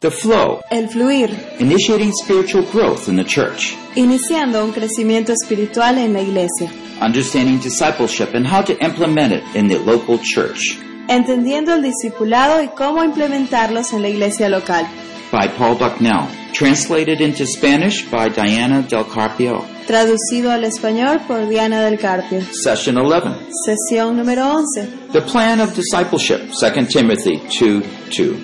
the flow, el fluir, initiating spiritual growth in the church, iniciando un crecimiento espiritual en la iglesia, understanding discipleship and how to implement it in the local church entendiendo el discipulado y cómo implementarlos en la iglesia local, by Paul Bucknell, translated into Spanish by Diana Del Carpio. traducido al español por Diana del Carpio. Session 11, Sesión número 11. The Plan of Discipleship, 2 Timothy 2 2.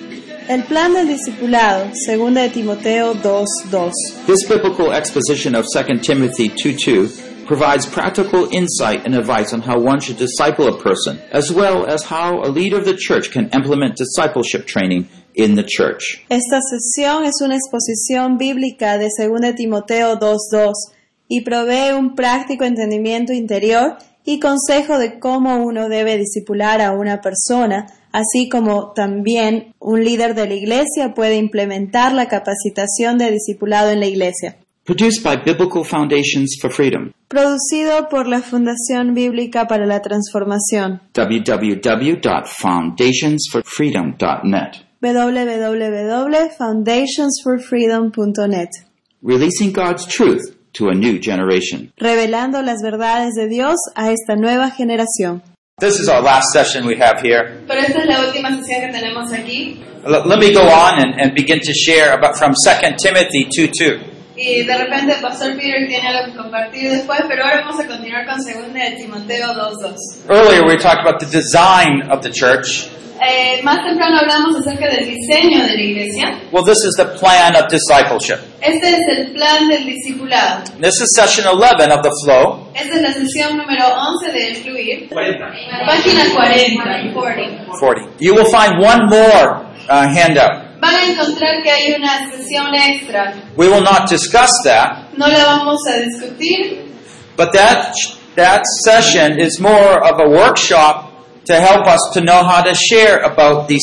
El plan del discipulado, segunda de Timoteo 2.2. This biblical exposition of 2 Timothy 2 2 provides practical insight and advice on how one should disciple a person, as well as how a leader of the church can implement discipleship training in the church. Esta sesión es una exposición bíblica de segunda de Timoteo 2.2 y provee un práctico entendimiento interior y consejo de cómo uno debe discipular a una persona, así como también un líder de la iglesia puede implementar la capacitación de discipulado en la iglesia. Produced by Biblical Foundations for Freedom, Producido por la Fundación Bíblica para la Transformación, www.foundationsforfreedom.net. www.foundationsforfreedom.net, releasing God's truth to a new generation. revelando las verdades de Dios a esta nueva generación. This is our last session we have here. Pero esta es la última sesión que tenemos aquí L- let me go on and, and begin to share about from 2 Timothy 2 2. y de repente el pastor Peter tiene algo que compartir después, pero ahora vamos a continuar con segunda de Timoteo 2.2. Earlier we talked about the design of the church. Eh, más temprano hablamos acerca del diseño de la iglesia. Well, this is the plan of discipleship. Este es el plan del discipulado. This is session 11 of the flow. Esta es la sesión número 11 de Fluir. Página 40, 40. 40. You will find one more uh, handout. Van a encontrar que hay una sesión extra. We will not discuss that, No la vamos a discutir, but that that session is more of a workshop to help us to know how to share about these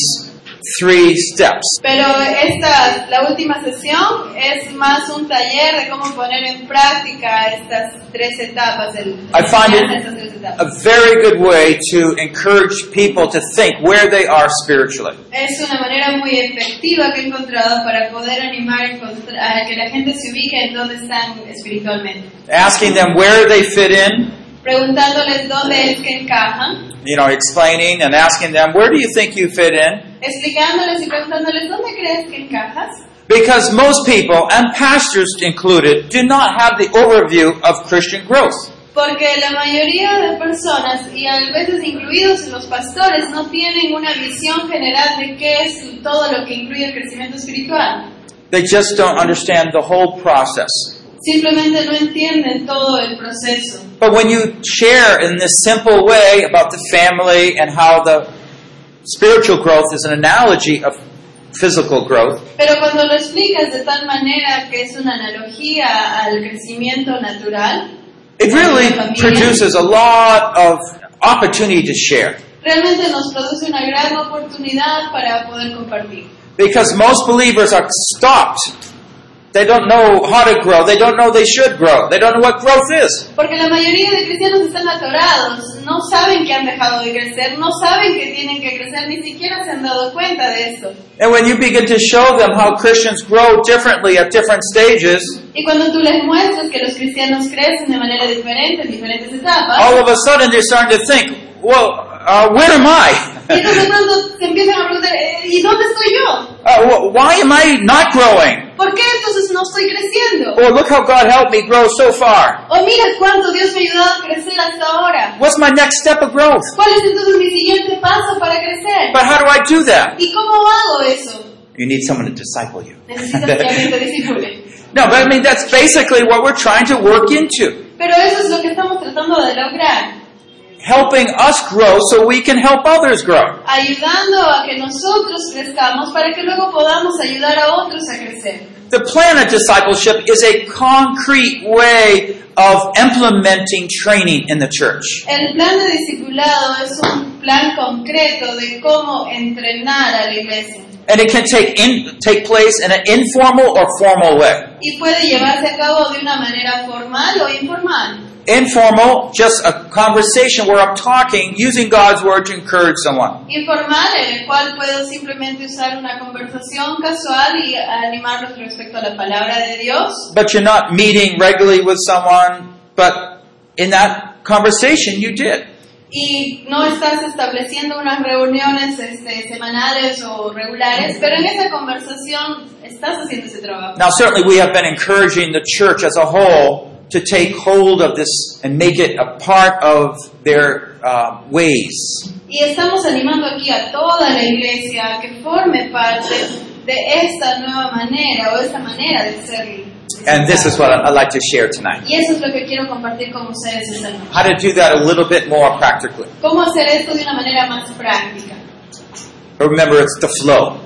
three steps. pero esta, la última sesión es más un taller de cómo poner en práctica estas tres etapas. El, I find it- estas tres etapas. a very good way to encourage people to think where they are spiritually. Es una manera muy efectiva que he encontrado para poder animar a encontr- a que la gente se ubique en dónde están espiritualmente. Asking them where they fit in, Preguntándoles dónde es que encajan, you know, explaining and asking them, where do you think you fit in? explicándoles y preguntándoles dónde crees que encajas. Because most people, and pastors included, do not have the overview of Christian growth. Porque la mayoría de personas, y a veces incluidos los pastores, no tienen una visión general de qué es todo lo que incluye el crecimiento espiritual. They just don't understand the whole process. Simplemente no entienden todo el proceso. But when you share in this simple way about the family and how the spiritual growth is an analogy of physical growth, Pero cuando lo explicas de tal manera que es una analogía al crecimiento natural, It really produces a lot of opportunity to share realmente nos produce una gran oportunidad para poder compartir. because most believers are stopped. They don't know how to grow. They don't know they should grow. They don't know what growth is. Porque la mayoría de cristianos están atorados, no saben que han dejado de crecer, no saben que tienen que crecer, ni siquiera se han dado cuenta de esto. And when you begin to show them how Christians grow differently at different stages, Y cuando tú les muestras que los cristianos crecen de manera diferente en diferentes etapas, all of a sudden they're starting to think, well, uh, where am y I? entonces cuando se empiezan a preguntar, "Eh, ¿y dónde estoy yo? Uh, wh- why am I not growing? ¿Por qué entonces no estoy creciendo? Or look how God helped me grow so far. O mira cuánto Dios me ha ayudado a crecer hasta ahora. What's my next step of growth? ¿Cuál es entonces mi siguiente paso para crecer? But how do I do that? ¿Y cómo hago eso? You need someone to disciple you. Necesitas que alguien te disipule. No, but I mean, that's basically what we're trying to work into. Pero eso es lo que estamos tratando de lograr. Helping us grow so we can help others grow. ayudando a que nosotros crezcamos para que luego podamos ayudar a otros a crecer. The plan of discipleship is a concrete way of implementing training in the church. El plan de discipulado es un plan concreto de cómo entrenar a la iglesia And it can take, in, take place in an informal or formal way. y puede llevarse a cabo de una manera formal o informal. informal, just a conversation where I'm talking, using God's word to encourage someone. informal en el cual puedo simplemente usar una conversación casual y animarlos respecto a la palabra de Dios. But you're not meeting regularly with someone, but in that conversation you did. Y no estás estableciendo unas reuniones este, semanales o regulares, pero en esa conversación estás haciendo ese trabajo. Now, certainly, we have been encouraging the church as a whole to take hold of this and make it a part of their uh, ways. Y estamos animando aquí a toda la iglesia a que forme parte de esta nueva manera o esta manera de ser. And this is what I'd like to share tonight Y eso es lo que quiero compartir con ustedes esta noche. how to do that a little bit more practically. ¿Cómo hacer esto de una manera más práctica? Remember, it's the flow.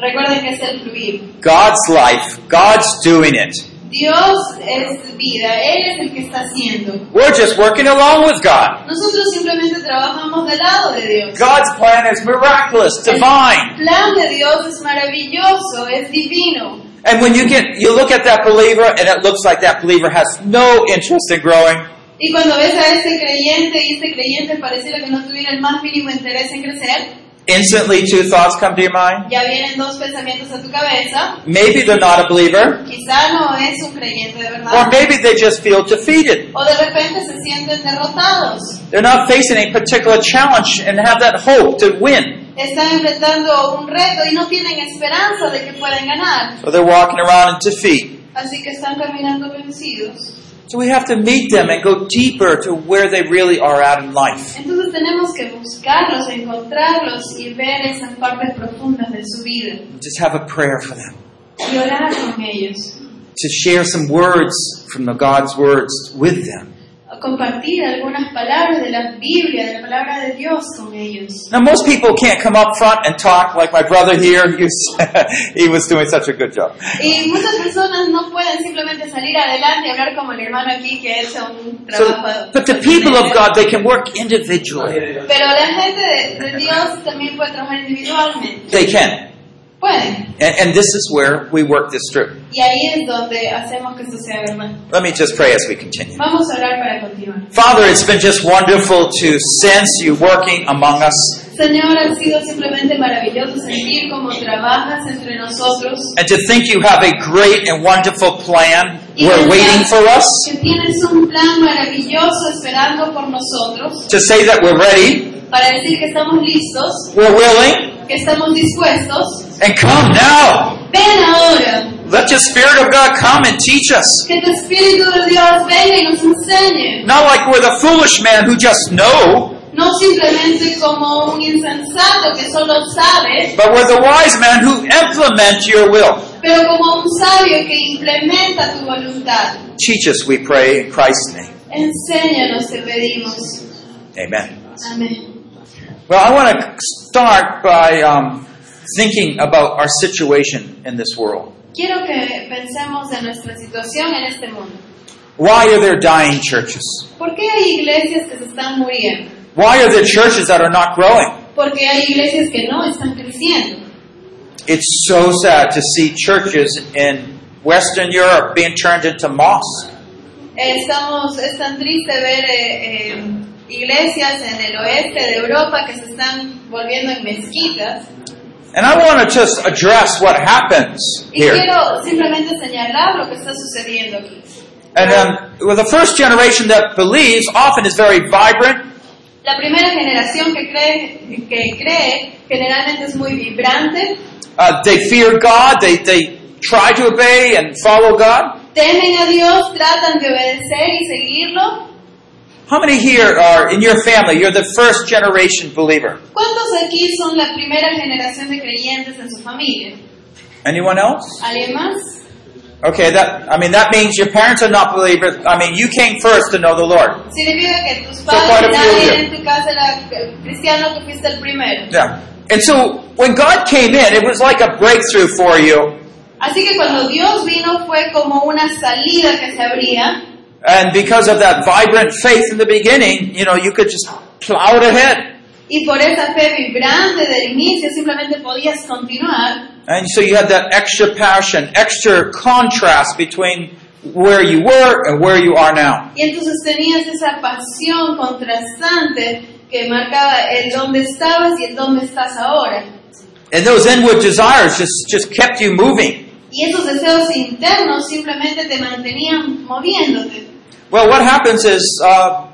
Recuerden que es el fluir. God's life, God's doing it. Dios es vida, Él es el que está haciendo. We're just working along with God. Nosotros simplemente trabajamos del lado de Dios. God's plan is miraculous, divine. El plan de Dios es maravilloso, es divino. And when you get, you look at that believer, and it looks like that believer has no interest in growing. Y cuando ves a este creyente y este creyente pareciera que no tuviera el más mínimo interés en crecer, Instantly, two thoughts come to your mind. ya vienen dos pensamientos a tu cabeza. Maybe they're not a believer, Quizá no es un creyente de or verdad. maybe they just feel defeated. O de repente se sienten derrotados. They're not facing a particular challenge and have that hope to win. Están enfrentando un reto y no tienen esperanza de que puedan ganar. So they're walking around in defeat. Así que están caminando vencidos. So we have to meet them and go deeper to where they really are at in life. Entonces tenemos que buscarlos, encontrarlos y ver esas partes profundas de su vida Just have a prayer for them. y orar con ellos, To share some words from the God's words with them. o compartir algunas palabras de la Biblia, de la palabra de Dios con ellos. Now most people can't come up front and talk like my brother here. He was, he was doing such a good job. Y muchas personas no pueden simplemente salir adelante y hablar como el hermano aquí que ha hecho un So, trabajo. but the people of God, they can work individually. Pero la gente de, de Dios también puede trabajar individualmente. They can. Pueden. And, and this is where we work this through. Y ahí es donde hacemos que eso sea hermano. Let me just pray as we continue. Vamos a orar para continuar. Father, it's been just wonderful to sense you working among us Señor, ha sido simplemente maravilloso sentir cómo trabajas entre nosotros. and to think you have a great and wonderful plan. Y We're pensar waiting for us Que tienes un plan maravilloso esperando por nosotros to say that we're ready, para decir que estamos listos, we're willing, que estamos dispuestos. and come now. Ven ahora, Let the Spirit of God come and teach us. que tu Espíritu de Dios venga y nos enseñe. Not like we're the foolish man who just know, No simplemente como un insensato que solo sabe, but we're the wise man who implement your will. pero como un sabio que implementa tu voluntad. Teach us, we pray, in Christ's name. Enséñanos, te pedimos. Amen. Amén. Well, I want to start by um, thinking about our situation in this world. Quiero que pensemos en nuestra situación en este mundo. Why are there dying churches? ¿Por qué hay iglesias que se están muriendo? Why are there churches that are not growing? ¿Por qué hay iglesias que no están creciendo? It's so sad to see churches in Western Europe being turned into mosques. Eh, Estamos, es tan triste ver eh, eh, iglesias en el oeste de Europa que se están volviendo en mezquitas. And I want to just address what happens Y here. quiero simplemente señalar lo que está sucediendo aquí. And um, well, the first generation that believes often is very vibrant, La primera generación que cree, que cree generalmente es muy vibrante, uh, they fear God, they, they try to obey and follow God. temen a Dios, tratan de obedecer y seguirlo, How many here are in your family? You're the first generation believer. ¿Cuántos aquí son la primera generación de creyentes en su familia? Anyone else? ¿Alguien más? Okay, that I mean that means your parents are not believers. I mean you came first to know the Lord. Significa que tus cuatro padres, familias. nadie en tu casa era cristiano, tú fuiste el primero. Yeah. And so when God came in, it was like a breakthrough for you. Así que cuando Dios vino fue como una salida que se abría. And because of that vibrant faith in the beginning, you know, you could just plow it ahead. Y por esa fe vibrante del inicio simplemente podías continuar. And so you had that extra passion, extra contrast between where you were and where you are now. Y entonces tenías esa pasión contrastante que marcaba el dónde estabas y el dónde estás ahora. And those inward desires just, just kept you moving. Y esos deseos internos simplemente te mantenían moviéndote. Well, what happens is uh,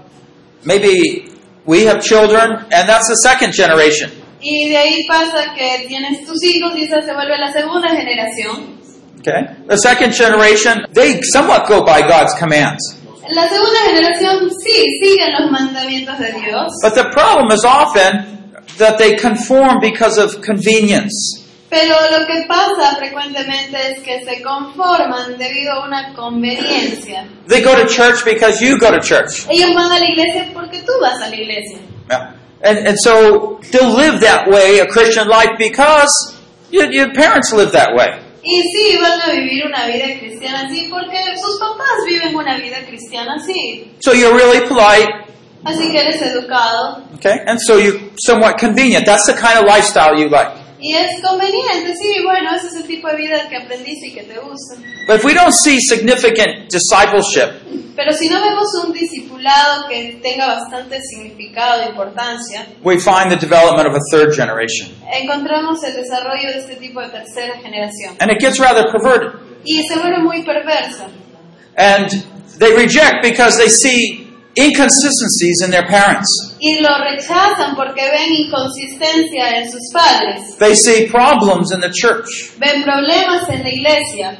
maybe we have children, and that's the second generation. Y de ahí pasa que tienes tus hijos y esa se vuelve la segunda generación. Okay? The second generation, they somewhat go by God's commands. La segunda generación sí siguen los mandamientos de Dios, But the problem is often that they conform because of convenience. pero lo que pasa frecuentemente es que se conforman debido a una conveniencia. They go to church because you go to church. Ellos van a la iglesia porque tú vas a la iglesia. Yeah. And, and so they'll live that way, a Christian life, because your, your parents live that way. Y sí, van a vivir una vida cristiana así porque sus papás viven una vida cristiana así. So you're really polite, Así que eres educado okay? And so you're somewhat convenient. That's the kind of lifestyle you like. y es conveniente, sí, bueno, ese es el tipo de vida que aprendiste y que te gusta. But if we don't see significant discipleship, Pero si no vemos un discipulado que tenga bastante significado e importancia, we find the development of a third generation. encontramos el desarrollo de este tipo de tercera generación. And it gets rather perverted. Y se vuelve muy perversa. And they reject because they see inconsistencies in their parents. Y lo rechazan porque ven inconsistencia en sus padres, They see problems in the church. ven problemas en la iglesia.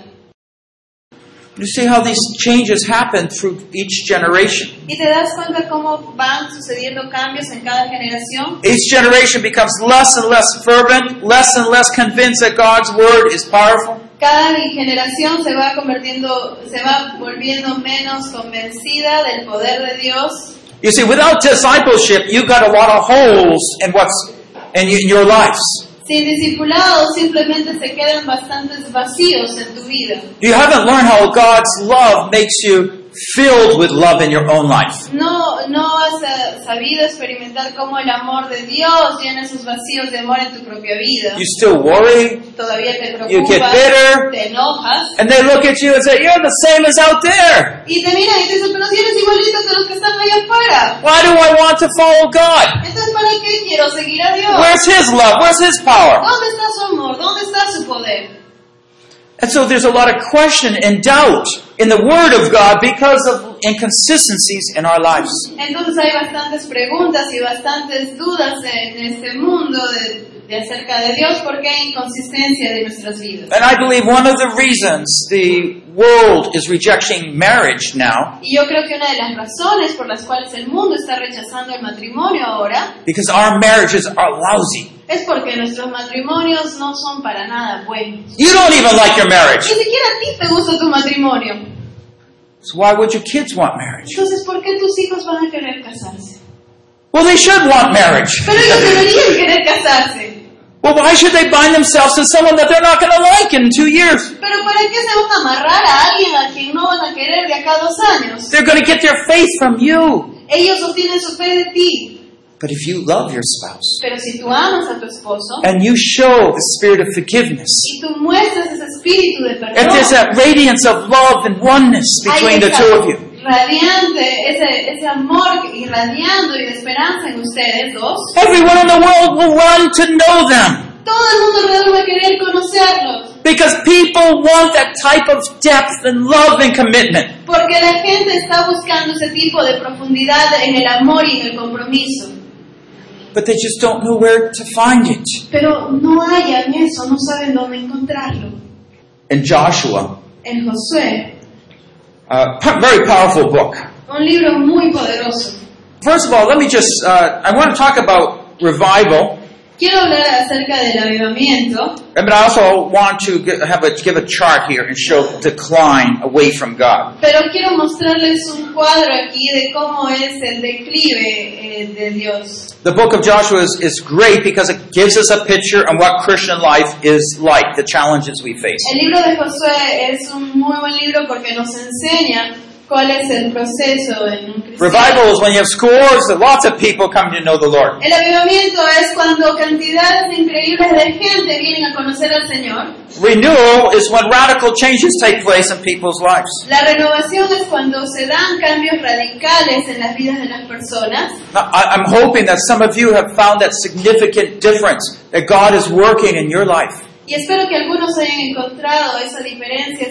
You see how these changes happen through each generation. Y te das cuenta cómo van sucediendo cambios en cada generación. Each generation becomes less and less fervent, less and less convinced that God's word is powerful. Cada generación se va convirtiendo, se va volviendo menos convencida del poder de Dios You see, without discipleship, you've got a lot of holes in what's in, y- in your lives. Sin discipulados simplemente se quedan bastantes vacíos en tu vida. You haven't learned how God's love makes you filled with love in your own life. No, no has eh, sabido experimentar cómo el amor de Dios llena esos vacíos de amor en tu propia vida. You still worry, Todavía te you get preocupas, bitter, te enojas and they look at you and say, "You're the same as out there. y te miran y te dicen, pero si eres igualito que los que están allá afuera. Why do I want to follow God? Entonces, ¿para qué quiero seguir a Dios? Where's His love? Where's His power?" ¿Dónde está su amor? ¿Dónde está su poder? And so there's a lot of question and doubt in the Word of God because of inconsistencies in our lives. Entonces hay bastantes preguntas y bastantes dudas en este mundo de, de acerca de Dios porque hay inconsistencia de nuestras vidas. And I believe one of the reasons the world is rejecting marriage now Y yo creo que una de las razones por las cuales el mundo está rechazando el matrimonio ahora because our marriages are lousy. es porque nuestros matrimonios no son para nada buenos. You don't even like your Ni marriage. siquiera a ti te gusta tu matrimonio. So why would your kids want marriage? Entonces, ¿por qué tus hijos van a querer casarse? Well, they should want marriage. Pero ellos deberían querer casarse. Well, why should they bind themselves to someone that they're not going to like in two years? Pero ¿para qué se van a amarrar a alguien a quien no van a querer de acá a dos años? They're going to get their faith from you. Ellos sostienen su fe de ti. But if you love your spouse Pero si tú amas a tu esposo and you show the spirit of forgiveness, y tú muestras ese espíritu de perdón, if there's that radiance of love and oneness hay between the esa two of you, Radiante, ese, ese amor irradiando y de esperanza en ustedes dos, everyone in the world will run to know them todo el mundo alrededor va a querer conocerlos. because people want that type of depth and love and commitment. Porque la gente está buscando ese tipo de profundidad en el amor y en el compromiso. But they just don't know where to find it. Pero no hallan eso, no saben dónde encontrarlo. And Joshua, En Josué, a p- very powerful book. un libro muy poderoso. First of all, let me just, uh, I want to talk about revival. Quiero hablar acerca del avivamiento. But I also want to gi- have a, give a chart here and show decline away from God. Pero quiero mostrarles un cuadro aquí de cómo es el declive eh, de Dios. The book of Joshua is, is great because it gives us a picture on what Christian life is like, the challenges we face. El libro de Josué es un muy buen libro porque nos enseña cuál es el proceso en un cristiano. Revival is when you have scores, and lots of people coming to know the Lord. El avivamiento es cuando cantidades increíbles de gente vienen a conocer al Señor. Renewal is when radical changes take place in people's lives. La renovación es cuando se dan cambios radicales en las vidas de las personas. Now, I- I'm hoping that some of you have found that significant difference that God is working in your life. Y espero que algunos hayan encontrado esa diferencia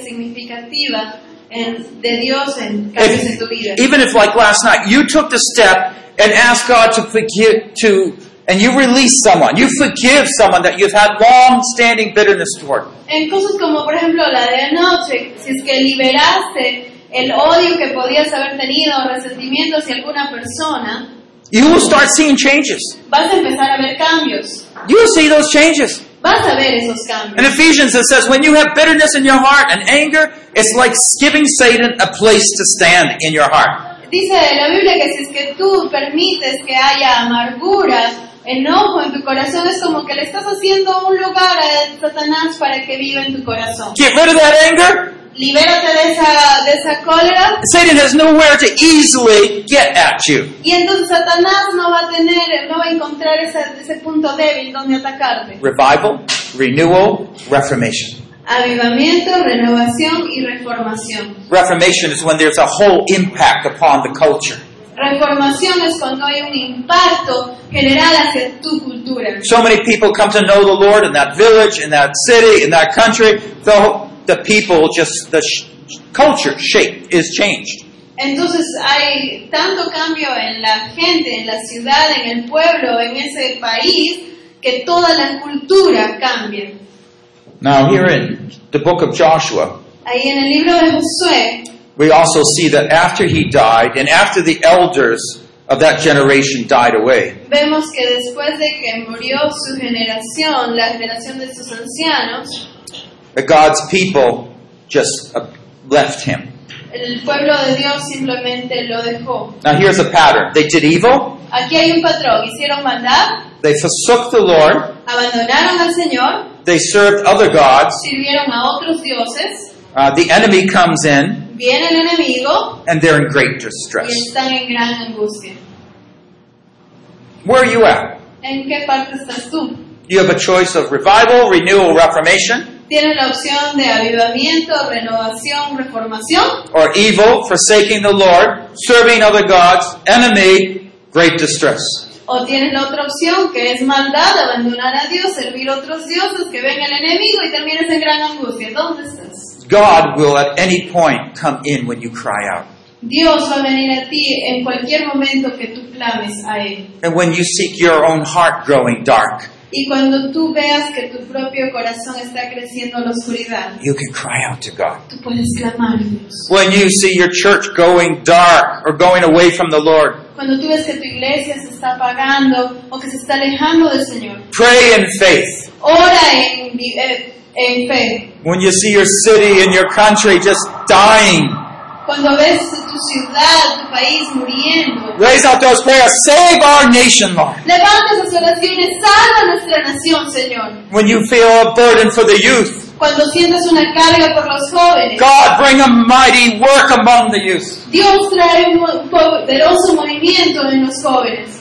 significativa en- de Dios en cambios en tu vida. If, even if, like last night, you took the step and asked God to forgive, to, and you release someone, you forgive someone that you've had long-standing bitterness toward. En cosas como, por ejemplo, la de anoche, si es que liberaste el odio que podías haber tenido o resentimiento hacia alguna persona, You will start seeing changes. vas a empezar a ver cambios. You will see those changes. Vas a ver esos In cambios. Ephesians, it says, when you have bitterness in your heart and anger, it's like giving Satan a place to stand in your heart. Dice la Biblia que si es que tú permites que haya amargura, enojo en tu corazón, es como que le estás haciendo un lugar a Satanás para que viva en tu corazón. Get rid of that anger. Libérate de esa, de esa cólera Satan has nowhere to easily get at you. y entonces Satanás no va a tener, no va a encontrar ese, ese punto débil donde atacarte. Revival, renewal, reformation. Avivamiento, renovación y reformación. Reformation is when there's a whole impact upon the culture. Reformación es cuando hay un impacto general hacia tu cultura. So many people come to know the Lord in that village, in that city, in that country. The, the people just, the sh- culture shape is changed. Entonces hay tanto cambio en la gente, en la ciudad, en el pueblo, en ese país, que toda la cultura cambia. Now, here in the book of Joshua, Ahí en el libro de Josué we also see that after he died and after the elders of that generation died away, vemos que después de que murió su generación, la generación de sus ancianos, that God's people just uh, left him. el pueblo de Dios simplemente lo dejó. Now, here's a pattern. They did evil, Aquí hay un patrón, hicieron maldad, they forsook the Lord, abandonaron al Señor, they served other gods, sirvieron a otros dioses, Uh, the enemy comes in viene el enemigo and they're in great y distress. están en gran angustia. Where are you at? ¿En qué parte estás tú? You have a choice of revival, renewal, reformation, Tienes la opción de avivamiento, renovación, reformación, or evil, forsaking the Lord, serving other gods, enemy, great distress. o tienes la otra opción que es maldad, abandonar a Dios, servir a otros dioses, que venga el enemigo y termines en gran angustia. ¿Dónde estás? God will at any point come in when you cry out. Dios va a venir a ti en cualquier momento que tú clames a Él. And when you seek your own heart growing dark, Y cuando tú veas que tu propio corazón está creciendo en la oscuridad, you can cry out to God. tú puedes clamar a Dios. When you see your church going dark or going away from the Lord, Cuando tú ves que tu iglesia se está apagando o que se está alejando del Señor, pray in faith. ora en, vi- eh, en fe. When you see your city and your country just dying, Cuando ves tu ciudad, tu país muriendo, raise up those prayers. Save our nation, Lord. levanta esas oraciones, salva nuestra nación, Señor. When you feel a burden for the youth, Cuando sientes una carga por los jóvenes, God, bring a mighty work among the youth. Dios trae un mo- poderoso movimiento en los jóvenes.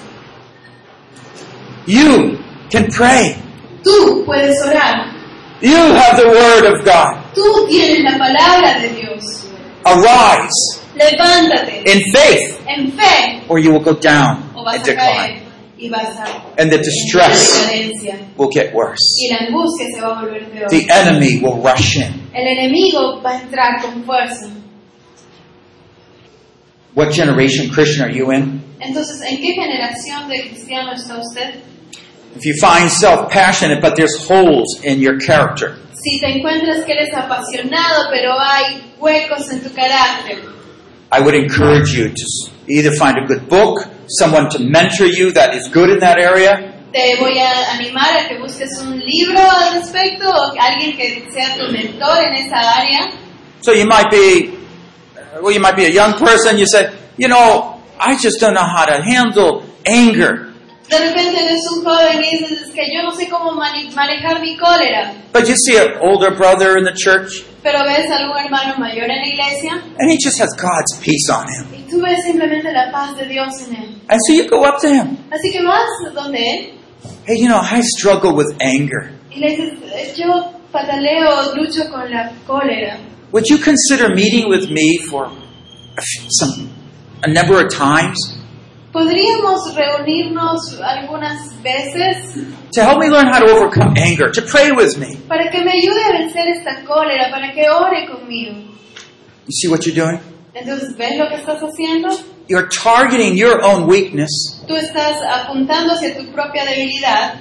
You can pray. Tú puedes orar, You have the word of God. tú tienes la palabra de Dios. Arise Levántate in faith, en fe or you will go down o and vas a caer decline. y vas a And the la distress violencia will get worse. y la angustia se va a volver peor. The enemy will rush in. El enemigo va a entrar con fuerza. What generation Christian are you in? Entonces, ¿en qué generación de cristiano está usted? If you find self passionate, but there's holes in your character, Si te encuentras que eres apasionado, pero hay huecos en tu carácter, I would encourage you to s- either find a good book, someone to mentor you that is good in that area, te voy a animar a que busques un libro al respecto o alguien que sea tu mentor en esa área. So you might be, uh, well, you might be a young person. You say, you know, I just don't know how to handle anger. De repente eres un joven y dices, es que yo no sé cómo mani- manejar mi cólera, But you see an older brother in the church, pero ves a algún hermano mayor en la iglesia and he just has God's peace on him. y tú ves simplemente la paz de Dios en él. And so you go up to him. Así que vas donde él Hey, you know, I struggle with anger. y le dices, "Eh, yo pataleo, lucho con la cólera. Would you consider meeting with me for a few- some a number of times ¿Podríamos reunirnos algunas veces to help me learn how to overcome anger? To pray with me? para que me ayude a vencer esta cólera, para que ore conmigo? You see what you're doing? Entonces, ¿ves lo que estás haciendo? You're targeting your own weakness Tú estás apuntando hacia tu propia debilidad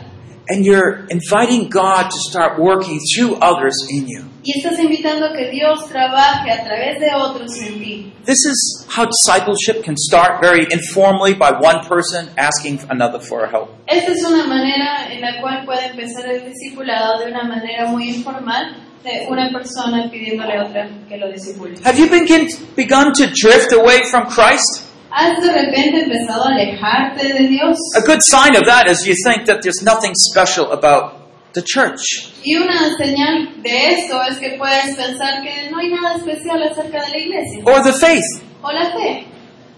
and you're inviting God to start working through others in you. y estás invitando a que Dios trabaje a través de otros en ti. This is how discipleship can start very informally by one person asking another for help. Esta es una manera en la cual puede empezar el discipulado de una manera muy informal, de una persona pidiéndole a otra que lo discipule. Have you begin, begun to drift away from Christ? ¿Has de repente empezado a alejarte de Dios? A good sign of that is you think that there's nothing special about the church. Y una señal de esto es que puedes pensar que no hay nada especial acerca de la iglesia or the faith. o la fe.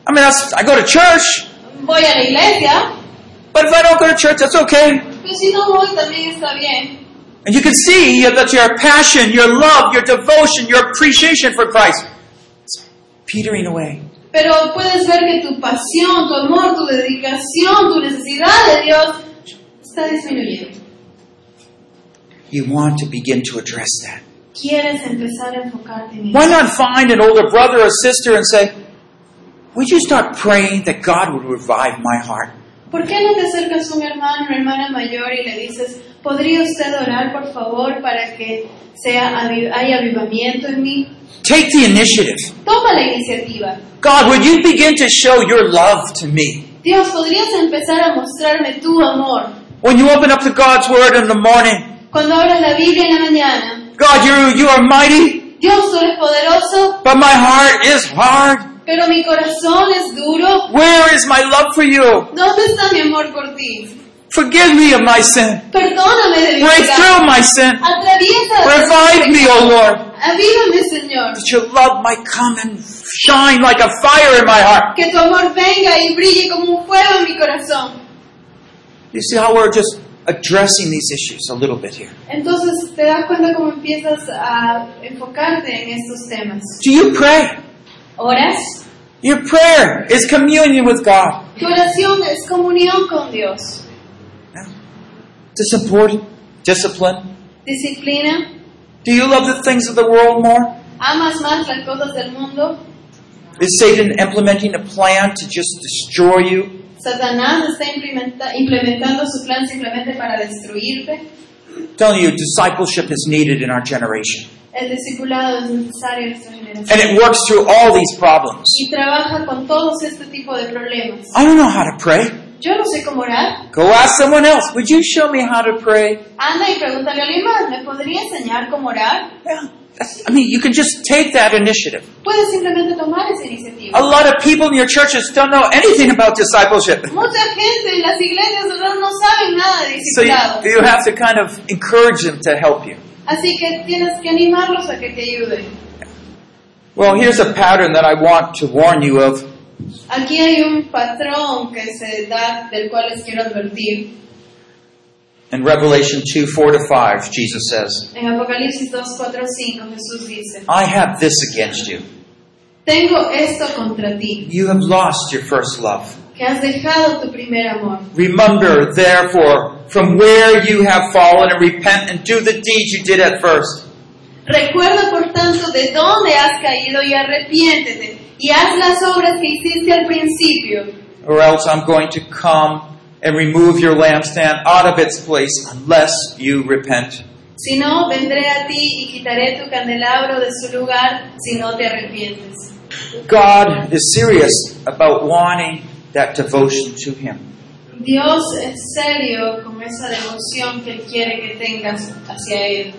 I mean, that's, I go to church, Voy a la iglesia, but if I don't go to church, that's okay. pero si no voy también está bien. And you can see that your passion, your love, your devotion, your appreciation for Christ is petering away. Pero puedes ver que tu pasión, tu amor, tu dedicación, tu necesidad de Dios está disminuyendo. You want to begin to address that. Quieres empezar a enfocarte en Why eso. not find an older brother or sister and say, Would you start praying that God would revive my heart? ¿Por qué no te acercas a un hermano, una hermana mayor y le dices, ¿podría usted orar por favor para que sea avi- haya avivamiento en mí? Take the initiative. Toma la iniciativa. God, would you begin to show your love to me? Dios, ¿podrías empezar a mostrarme tu amor? When you open up to God's Word in the morning, Cuando abras la Biblia en la mañana, God, you, you are mighty, Dios, tú eres poderoso, but my heart is hard. pero mi corazón es duro. Where is my love for you? ¿Dónde está mi amor por ti? Forgive me of my sin. Perdóname de mi Break pecado. through my sin. Atraviesa. Revive me, O Lord, Avívame, Señor. that your love might come and shine like a fire in my heart. Que tu amor venga y brille como un fuego en mi corazón. You see how we're just addressing these issues a little bit here. Entonces te das cuenta cómo empiezas a enfocarte en estos temas. Do you pray? ¿Oras? Your prayer is communion with God. Tu oración es comunión con Dios. Discipline. Discipline. Disciplina. Do you love the things of the world more? ¿Amas más las cosas del mundo? Is Satan implementing a plan to just destroy you? Satanás está implementa- implementando su plan simplemente para destruirte. I'm telling you, discipleship is needed in our generation. El discipulado es necesario en esta generación. And it works through all these problems. Y trabaja con todos este tipo de problemas. I don't know how to pray. Yo no sé cómo orar. Go ask someone else. Would you show me how to pray? Anda y pregúntale a alguien más, ¿me podría enseñar cómo orar? Yeah. That's, I mean, you can just take that initiative. Puedes simplemente tomar esa A iniciativa. lot of people in your churches don't know anything about discipleship. Mucha gente en las iglesias de verdad no saben nada de So you, discipulado. you have to kind of encourage them to help you. Así que tienes que animarlos a que te ayuden. Well, here's a pattern that I want to warn you of. Aquí hay un patrón que se da del cual les quiero advertir. In Revelation 2, 4 to 5, Jesus says, En Apocalipsis 2, 4, 5 Jesús dice, I have this against you. tengo esto contra ti, You have lost your first love. que has dejado tu primer amor. Remember, therefore, from where you have fallen and repent and do the deeds you did at first. Recuerda por tanto de dónde has caído y arrepiéntete y haz las obras que hiciste al principio, or else I'm going to come and remove your lampstand out of its place unless you repent. si no vendré a ti y quitaré tu candelabro de su lugar si no te arrepientes. God is serious about wanting that devotion to Him. Dios es serio con esa devoción que Él quiere que tengas hacia Él.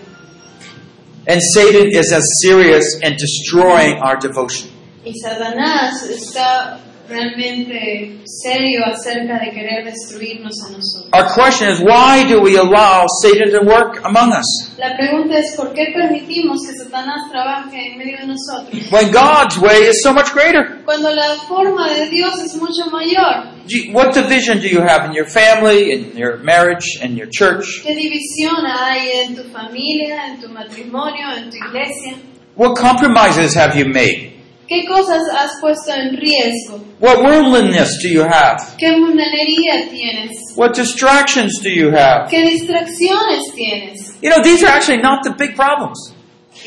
And Satan is as serious in destroying our devotion. Y Satanás está realmente serio acerca de querer destruirnos a nosotros. Our question is why do we allow Satan to work among us? La pregunta es ¿por qué permitimos que Satanás trabaje en medio de nosotros? When God's way is so much greater. Cuando la forma de Dios es mucho mayor. Do you- What division do you have in your family, in your marriage, in your church? ¿Qué división hay en tu familia, en tu matrimonio, en tu iglesia? What compromises have you made? ¿Qué cosas has puesto en riesgo? What worldliness do you have? ¿Qué mundanería tienes? What distractions do you have? ¿Qué distracciones tienes? You know, these are actually not the big problems.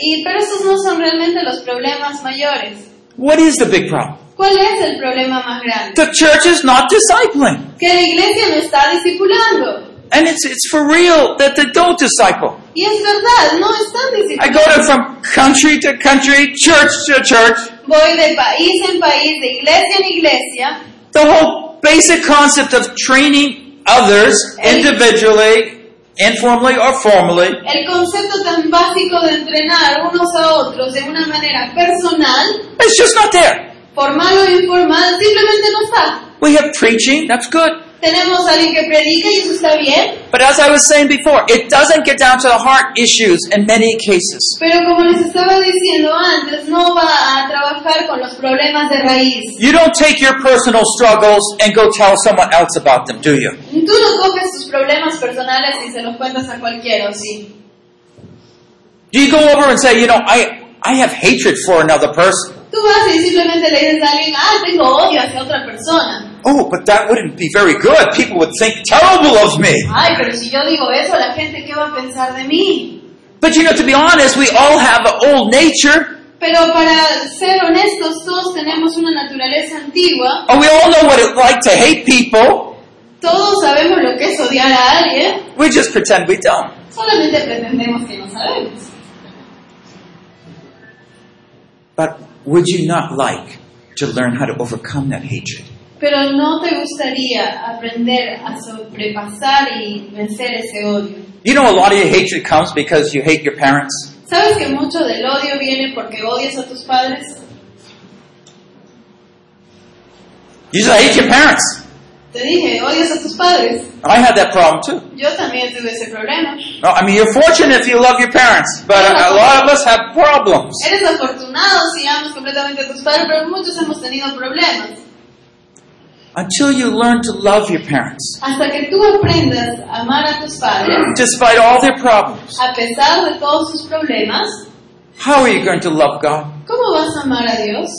Y, pero esos no son realmente los problemas mayores. What is the big problem? ¿Cuál es el problema más grande? The church is not discipling. Que la iglesia no está discipulando. And it's, it's for real that they don't disciple. Y es verdad, no están I discipulando. go to from country to country, church to church. Voy de país en país, de iglesia en iglesia. The whole basic concept of training others individually, informally or formally, El concepto tan básico de entrenar unos a otros de una manera personal, it's just not there. formal o informal, simplemente no está. We have preaching, that's good. Tenemos a alguien que predica y eso está bien, But as I was saying before, it doesn't get down to the heart issues in many cases. pero como les estaba diciendo antes, no va a trabajar con los problemas de raíz. You don't take your personal struggles and go tell someone else about them, do you? Tú no coges tus problemas personales y se los cuentas a cualquiera, ¿o sí? Do you go over and say, you know, I, I have hatred for another person? Tú vas y simplemente le dices a alguien, ah, tengo odio hacia otra persona. Oh, but that wouldn't be very good. People would think terrible of me. Ay, pero si yo digo eso, la gente, ¿qué va a pensar de mí? But you know, to be honest, we all have an old nature. Pero para ser honestos, todos tenemos una naturaleza antigua, And we all know what it's like to hate people. todos sabemos lo que es odiar a alguien, We just pretend we don't. solamente pretendemos que no sabemos. But would you not like to learn how to overcome that hatred? Pero no te gustaría aprender a sobrepasar y vencer ese odio. You know, a lot of your hatred comes because you hate your parents. ¿Sabes que mucho del odio viene porque odias a tus padres? You just hate your parents. Te dije, odias a tus padres. I had that problem too. Yo también tuve ese problema. No, I mean, you're fortunate if you love your parents, but a, a lot of us have problems. Eres afortunado si amas completamente a tus padres, pero muchos hemos tenido problemas. Until you learn to love your parents, Hasta que tú aprendas a amar a tus padres, despite all their problems, a pesar de todos sus problemas, how are you going to love God? ¿cómo vas a amar a Dios?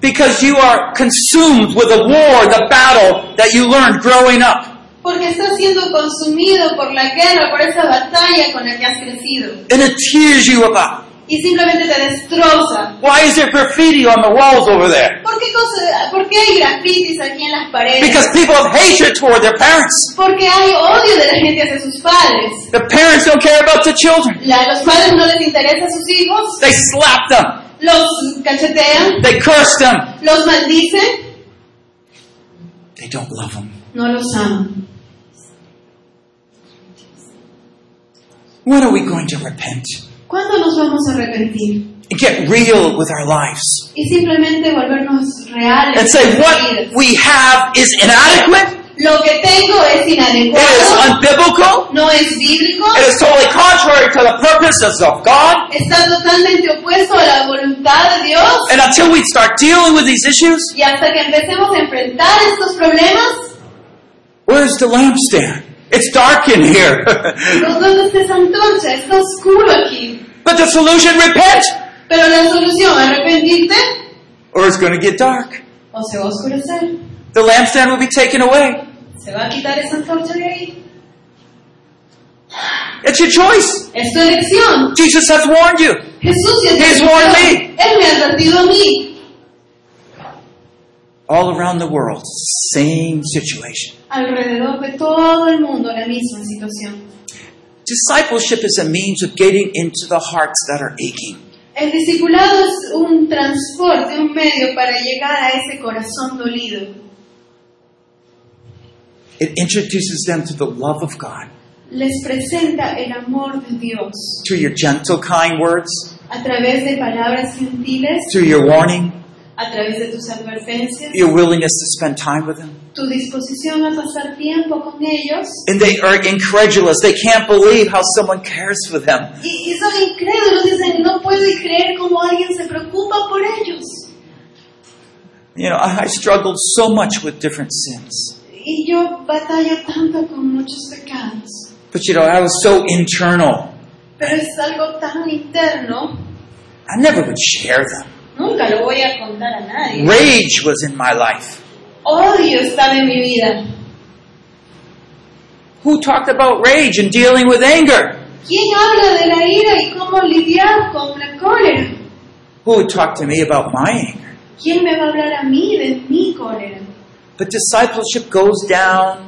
Because you are consumed with the war, the battle that you learned growing up. Porque estás siendo consumido por la guerra, por esa batalla con la que has crecido. And it tears you about. Y simplemente te destroza. Why is there graffiti on the walls over there? ¿Por qué, cosa- ¿Por qué hay grafitis aquí en las paredes? Because people have hatred toward their parents. Porque hay odio de la gente hacia sus padres. The parents don't care about the children. La- los padres no les interesa a sus hijos, They slap them. los cachetean, They curse them. los maldicen, They don't love them. no los aman. When are we going to repent? ¿Cuándo nos vamos a arrepentir? And get real with our lives. Y simplemente volvernos reales. and say en nuestras what vidas. we have is inadequate, Lo que tengo es it is inadecuado, unbiblical, no es bíblico, it is totally contrary to the purposes of God. está totalmente opuesto a la voluntad de Dios. And until we start dealing with these issues, Y hasta que empecemos a enfrentar estos problemas, where's the lampstand? It's dark in here. nos dónde está esa antorcha? Está oscuro aquí. but the solution, repent, Pero la solución, arrepentirte, or it's going to get dark. o se va a oscurecer, The lampstand will be taken away. se va a quitar esa antorcha de ahí. It's your choice. Es tu elección. Jesus has warned you. Jesús ya te He's dijo, warned me. Él me ha advertido a mí. All around the world, same situation. Alrededor de todo el mundo la misma situación. Discipleship is a means of getting into the hearts that are aching. El discipulado es un transporte, un medio para llegar a ese corazón dolido. It introduces them to the love of God. Les presenta el amor de Dios through your gentle, kind words, a través de palabras gentiles, through your warning, a través de tus advertencias, your willingness to spend time with Him. tu disposición a pasar tiempo con ellos. And they are incredulous. They can't believe how someone cares for them. Y, y son incrédulos, dicen, no puedo creer cómo alguien se preocupa por ellos. You know, I I struggled so much with different sins. Y yo batallo tanto con muchos pecados, But you know, I was so internal. pero es algo tan interno, I never would share them. nunca lo voy a contar a nadie. Rage was in my life. Odio está en mi vida. Who talked about rage and dealing with anger? ¿Quién habla de la ira y cómo lidiar con la cólera? Who would talk to me about my anger? ¿Quién me va a hablar a mí de mi cólera? But discipleship goes down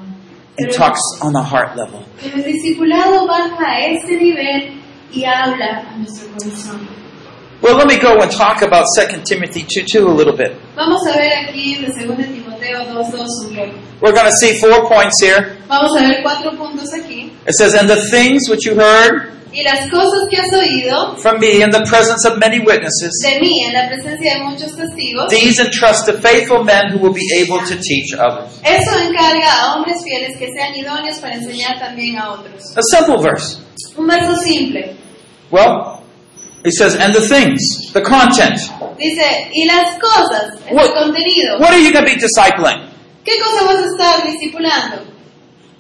and talks on the heart level. Pero el discipulado baja a ese nivel y habla a nuestro corazón. Well, let me go and talk about 2 Timothy 2 2 a little bit. Vamos a ver aquí de 2 Timoteo 2.2 un poco. We're going to see four points here. Vamos a ver cuatro puntos aquí. It says, And the things which you heard Y las cosas que has oído from me in the presence of many witnesses, de mí en la presencia de muchos testigos, these entrust to faithful men who will be able to teach others. eso encarga a hombres fieles que sean idóneos para enseñar también a otros. A simple verse. Un verso simple. Well, it says, And the things, the content. Dice, y las cosas, el What- contenido. What are you going to be discipling? ¿Qué cosa vas a estar discipulando?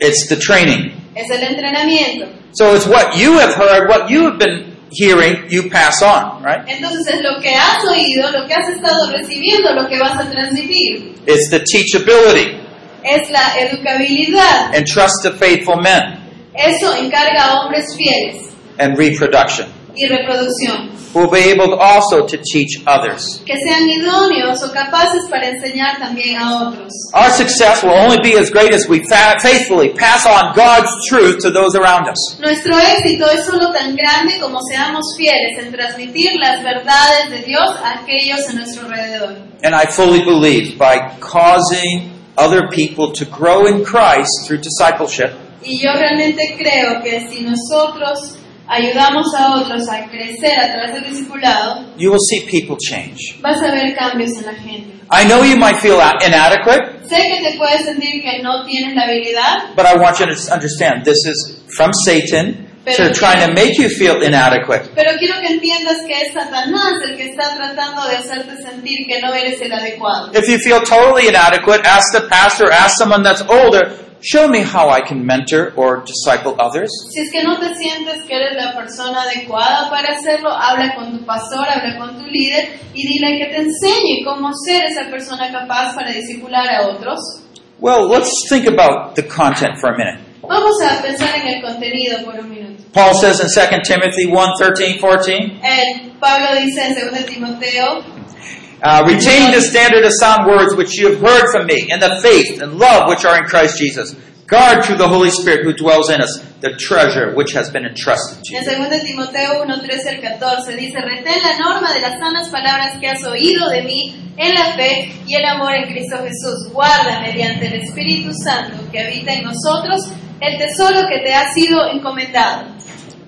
It's the training. Es el entrenamiento. So it's what you have heard, what you have been hearing, you pass on, right? Entonces es lo que has oído, lo que has estado recibiendo, lo que vas a transmitir. It's the teachability. Es la educabilidad. Entrust to faithful men Eso encarga a hombres fieles and reproduction. y reproducción. Who will be able also to teach others. Que sean idóneos o capaces para enseñar también a otros. Our success will only be as great as we fa- faithfully pass on God's truth to those around us. Nuestro éxito es solo tan grande como seamos fieles en transmitir las verdades de Dios a aquellos a nuestro alrededor. And I fully believe by causing other people to grow in Christ through discipleship, Y yo realmente creo que si nosotros ayudamos a otros a crecer a través del discipulado, you will see people change. vas a ver cambios en la gente. I know you might feel a- inadequate, Sé que te puedes sentir que no tienes la habilidad, but I want you to understand this is from Satan to Pero- trying to make you feel inadequate. pero quiero que entiendas que es Satanás el que está tratando de hacerte sentir que no eres el adecuado. If you feel totally inadequate, ask the pastor, ask someone that's older, show me how I can mentor or disciple others. Si es que no te sientes que eres la persona adecuada para hacerlo, habla con tu pastor, habla con tu líder y dile que te enseñe cómo ser esa persona capaz para discipular a otros. Well, let's think about the content for a minute. Vamos a pensar en el contenido por un minuto. Paul says in 2 Timothy 1 13, 14, El Pablo dice en 2 Timoteo, uh, retain the standard of sound words which you have heard from me, and the faith and love which are in Christ Jesus. Guard through the Holy Spirit who dwells in us the treasure which has been entrusted to you. en 2 Timoteo 1, 13 al 14, dice, retén la norma de las sanas palabras que has oído de mí en la fe y el amor en Cristo Jesús. Guarda mediante el Espíritu Santo que habita en nosotros el tesoro que te ha sido encomendado.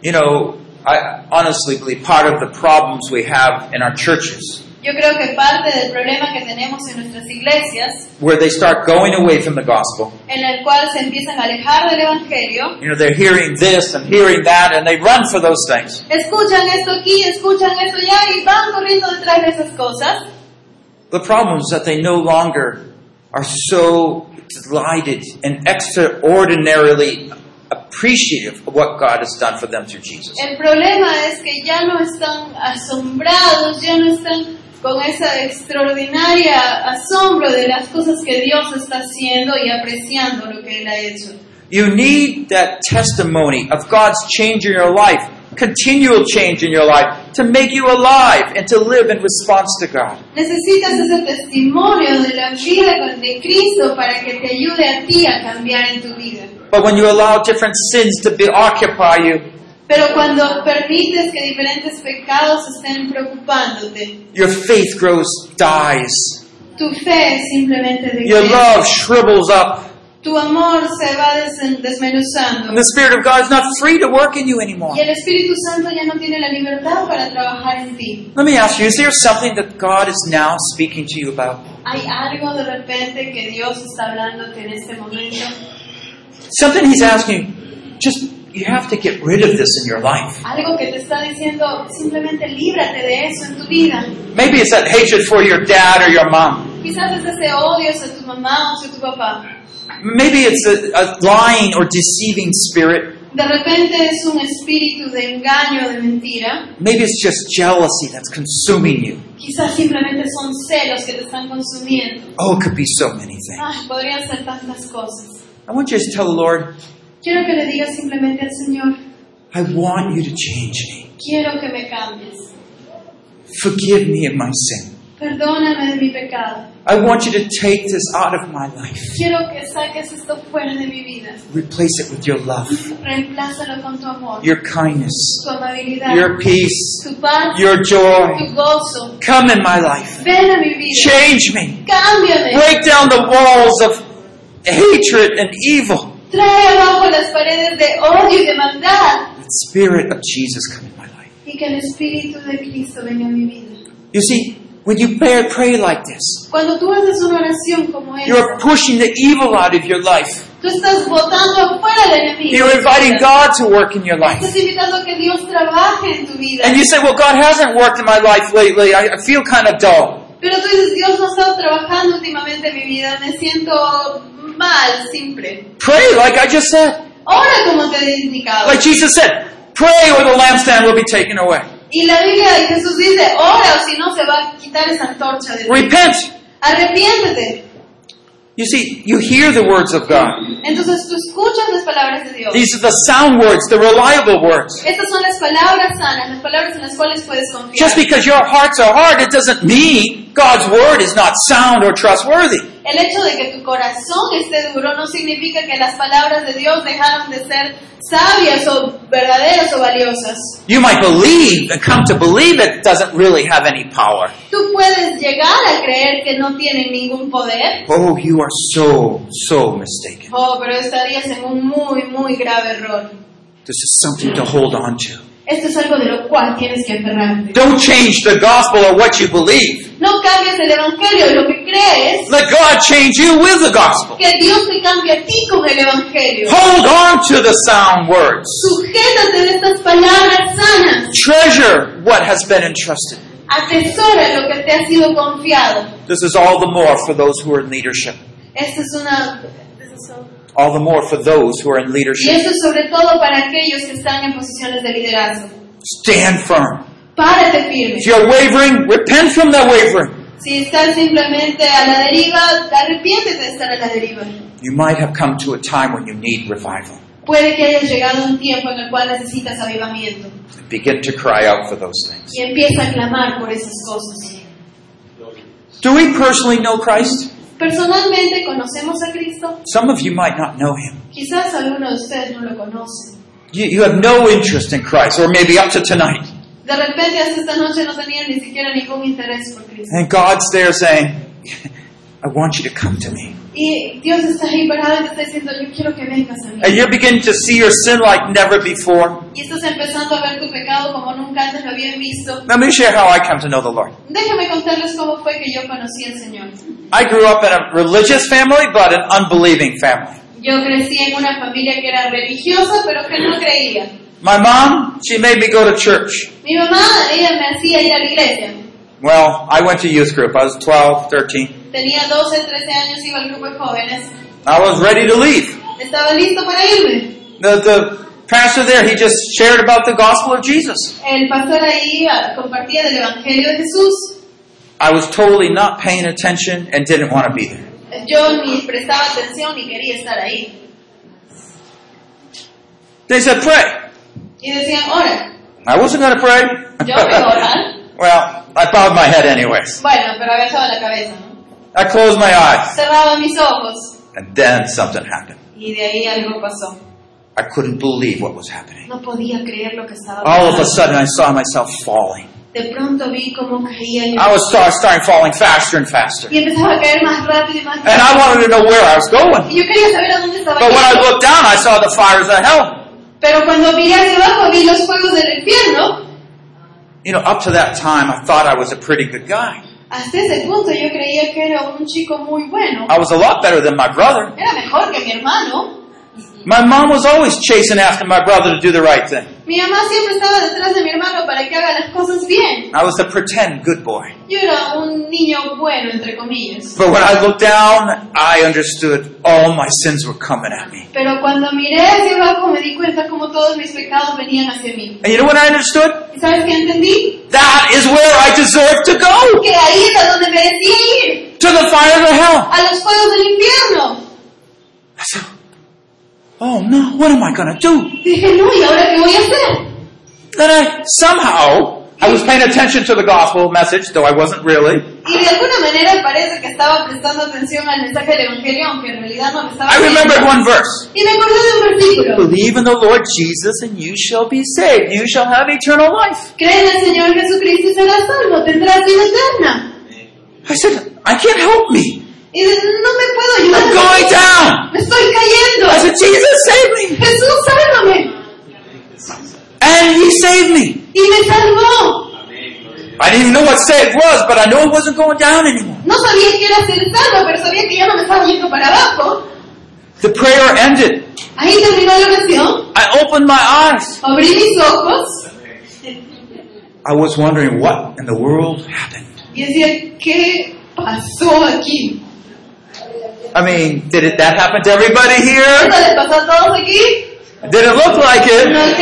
You know, I honestly believe part of the problems we have in our churches, Yo creo que parte del problema que tenemos en nuestras iglesias, where they start going away from the gospel, en el cual se empiezan a alejar del Evangelio, you know, they're hearing this and hearing that, and they run for those things. escuchan esto aquí, escuchan esto allá y van corriendo detrás de esas cosas. The problem is that they no longer are so delighted and extraordinarily appreciative of what God has done for them through Jesus. El problema es que ya no están asombrados, ya no están con esa extraordinaria asombro de las cosas que Dios está haciendo y apreciando lo que Él ha hecho. You need that testimony of God's change in your life, continual change in your life, to make you alive and to live in response to God. Necesitas ese testimonio de la vida con- de Cristo para que te ayude a ti a cambiar en tu vida. But when you allow different sins to be, occupy you, Pero cuando permites que diferentes pecados estén preocupándote, your faith grows, dies, tu fe simplemente your decrece, love shrivels up, tu amor se va desen- desmenuzando. And the Spirit of God is not free to work in you anymore. Y el Espíritu Santo ya no tiene la libertad para trabajar en ti. Let me ask you, is there something that God is now speaking to you about? Hay algo de repente que Dios está hablándote en este momento. Something He's asking, just, you have to get rid of this in your life. Algo que te está diciendo, simplemente líbrate de eso en tu vida. Maybe it's that hatred for your dad or your mom. Quizás es ese odio hacia tu mamá o hacia tu papá. Maybe it's a, a lying or deceiving spirit. De repente es un espíritu de engaño, de mentira. Maybe it's just jealousy that's consuming you. Quizás simplemente son celos que te están consumiendo. Oh, it could be so many things. Ay, podrían ser tantas cosas. I want you to tell the Lord, Quiero que le digas simplemente al Señor, I want you to change me. quiero que me cambies. Forgive me of my sin. Perdóname de mi pecado. I want you to take this out of my life. Quiero que saques esto fuera de mi vida. Replace it with your love, Reemplázalo con tu amor, your kindness, tu amabilidad, your peace, tu paz, your joy. tu gozo. Come in my life. Ven a mi vida. Change me. Cámbiame. Break down the walls of hatred and evil. Trae abajo las paredes de odio y de maldad. The Spirit of Jesus come in my life. Y que el Espíritu de Cristo venga a mi vida. You see, when you pray, pray like this, Cuando tú haces una oración como you're esta, pushing the evil out of your life. tú estás botando afuera al enemigo. You're inviting God to work in your life. Estás invitando a que Dios trabaje en tu vida. And you say, well, God hasn't worked in my life lately. I, I feel kind of dull. Pero tú dices, Dios no ha estado trabajando últimamente en mi vida. Me siento mal, simple. Pray, like I just said. Ahora como te he indicado. Like Jesus said, pray or the lampstand will be taken away. Y la Biblia de Jesús dice, ora o si no se va a quitar esa antorcha de ti. Repent. Arrepiéntete. You see, you hear the words of God. Entonces tú escuchas las palabras de Dios. These are the sound words, the reliable words. Estas son las palabras sanas, las palabras en las cuales puedes confiar. Just because your hearts are hard, it doesn't mean God's word is not sound or trustworthy. El hecho de que tu corazón esté duro no significa que las palabras de Dios dejaron de ser sabias o verdaderas o valiosas. You might believe and come to believe it doesn't really have any power. Tú puedes llegar a creer que no tienen ningún poder. Oh, you are so, so mistaken. Oh, pero estarías en un muy, muy grave error. This is something to hold on to. Esto es algo de lo cual tienes que aferrarte. Don't change the gospel or what you believe. No cambies el evangelio, lo que crees, Let God change you with the gospel. que Dios te cambie a ti con el evangelio. Hold on to the sound words. Sujétate de estas palabras sanas. Treasure what has been entrusted. Atesora lo que te ha sido confiado. This is all the more for those who are in leadership. Esto es una All the more for those who are in y leadership. esto es sobre todo para aquellos que están en posiciones de liderazgo. Stand firm. Párate firme. If you're wavering, repent from that wavering. Si estás simplemente a la deriva, arrepiéntete de estar a la deriva. You might have come to a time when you need revival. Puede que hayas llegado a un tiempo en el cual necesitas avivamiento Begin to cry out for those things. y empieza a clamar por esas cosas. Do we personally know Christ? Personalmente conocemos a Cristo, Some of you might not know him. Quizás algunos de ustedes no lo conocen. You, you have no interest in Christ, or maybe up to tonight. De repente hasta esta noche no tenían ni siquiera ningún interés por Cristo. And God's there saying, I want you to come to me. Y Dios está ahí parado y te está diciendo, yo quiero que vengas a mí. And you're beginning to see your sin like never before. Y estás empezando a ver tu pecado como nunca antes lo habían visto. Let me share how I come to know the Lord. Déjame contarles cómo fue que yo conocí al Señor. I grew up in a religious family, but an unbelieving family. Yo crecí en una familia que era religiosa, pero que no creía. My mom, she made me go to church. Mi mamá, ella me hacía ir a la iglesia. Well, I went to youth group. I was 12, 13. Tenía 12, 13 años, iba al grupo de jóvenes. I was ready to leave. Estaba listo para irme. The, the pastor there, he just shared about the gospel of Jesus. El pastor ahí ah, compartía del Evangelio de Jesús. I was totally not paying attention and didn't want to be there. Yo ni prestaba atención ni quería estar ahí. They said, pray. Y decían, ora, I wasn't going to yo voy a orar. pray. well, I bowed my head anyways. Bueno, pero agachaba la cabeza, ¿no? I closed my eyes. Cerraba mis ojos. And then something happened. Y de ahí algo pasó. I couldn't believe what was happening. No podía creer lo que estaba All of pasando. a sudden, I saw myself falling. de pronto vi cómo caía el I was start, starting falling faster and faster. y empezaba a caer más rápido y más And rápido. I wanted to know where I was going. Y yo quería saber a dónde estaba But when I yendo. looked down, I saw the fires of hell. Pero cuando miré hacia abajo vi los fuegos del infierno. You know, up to that time, I thought I was a pretty good guy. Hasta ese punto yo creía que era un chico muy bueno. I was a lot better than my brother. Era mejor que mi hermano. My mom was always chasing after my brother to do the right thing. Mi mamá siempre estaba detrás de mi hermano para que haga las cosas bien. I was a pretend good boy. Yo era un niño bueno, entre comillas. But when I looked down, I understood all my sins were coming at me. Pero cuando miré hacia abajo me di cuenta como todos mis pecados venían hacia mí. And you know what I understood? ¿Y sabes qué entendí? That is where I deserve to go! Que ahí es a donde merecía ir. To the fires of hell! A los fuegos del infierno. I said, oh no, what am I gonna do? Y dije, no, ¿y ahora qué voy a hacer? Then I somehow, I was paying attention to the gospel message, though I wasn't really. Y de alguna manera parece que estaba prestando atención al mensaje del Evangelio, aunque en realidad no me estaba... I remembered viendo. one verse. Y me acordé de un versículo. Believe in the Lord Jesus and you shall be saved. You shall have eternal life. Cree en el Señor Jesucristo y serás salvo, tendrás vida eterna. I said, I can't help me. Y dices, no me puedo ayudar. I'm going down. Me estoy I said, cayendo. Jesus, save me. Jesús, sálvame. And he saved me. Y me salvó. I didn't even know what saved was, but I knew it wasn't going down anymore. No sabía que era ser salvo, pero sabía que ya no me estaba yendo para abajo. The prayer ended. Ahí terminó la oración. I opened my eyes. Abrí mis ojos I was wondering what in the world happened. y decía, ¿qué pasó aquí? I mean, did it, that happen to everybody here? ¿Esto les pasó a todos aquí? Did it look like No it?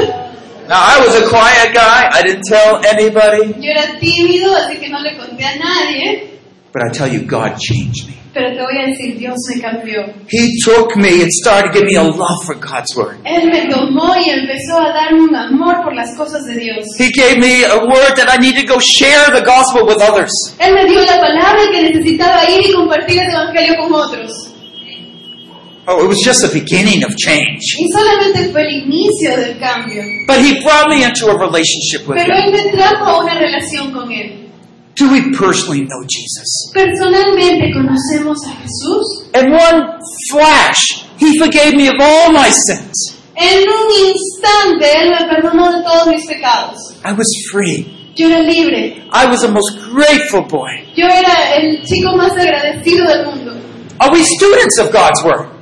creo. Now I was a quiet guy. I didn't tell anybody. Yo era tímido, así que no le conté a nadie. But I tell you, God changed me. Pero te voy a decir, Dios me cambió. He took me and started giving me a love for God's word. Él me tomó y empezó a darme un amor por las cosas de Dios. He gave me a word that I need to go share the gospel with others. Él me dio la palabra que necesitaba ir y compartir el Evangelio con otros. Oh, it was just the beginning of change. Y solamente fue el inicio del cambio. But he brought me into a relationship with Pero him. Él me trajo a una relación con Él. Do we personally know Jesus? Personalmente conocemos a Jesús. In one flash, he forgave me of all my sins. En un instante Él me perdonó de todos mis pecados. I was free. Yo era libre. I was the most grateful boy. Yo era el chico más agradecido del mundo. Are we students of God's word?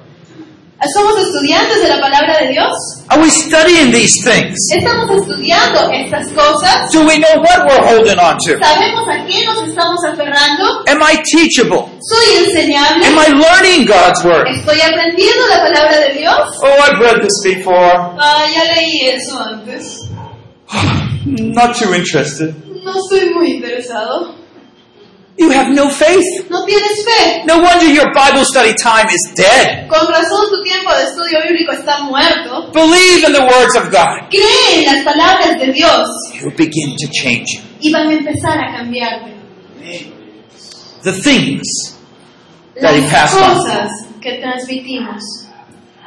Somos estudiantes de la palabra de Dios. Are we studying these things? Estamos estudiando estas cosas. Do we know what we're holding on to? Sabemos a qué nos estamos aferrando. Am I teachable? Soy enseñable. Am I learning God's word? Estoy aprendiendo la palabra de Dios. Oh, I've read this before. Ah, ya leí eso antes. Not too interested. No estoy muy interesado. You have no faith. No tienes fe. No wonder your Bible study time is dead. Con razón tu tiempo de estudio bíblico está muerto. Believe in the words of God. Cree en las palabras de Dios He'll begin to change you. y van a empezar a cambiarte. The things. Daddy, Las pass on. cosas que transmitimos.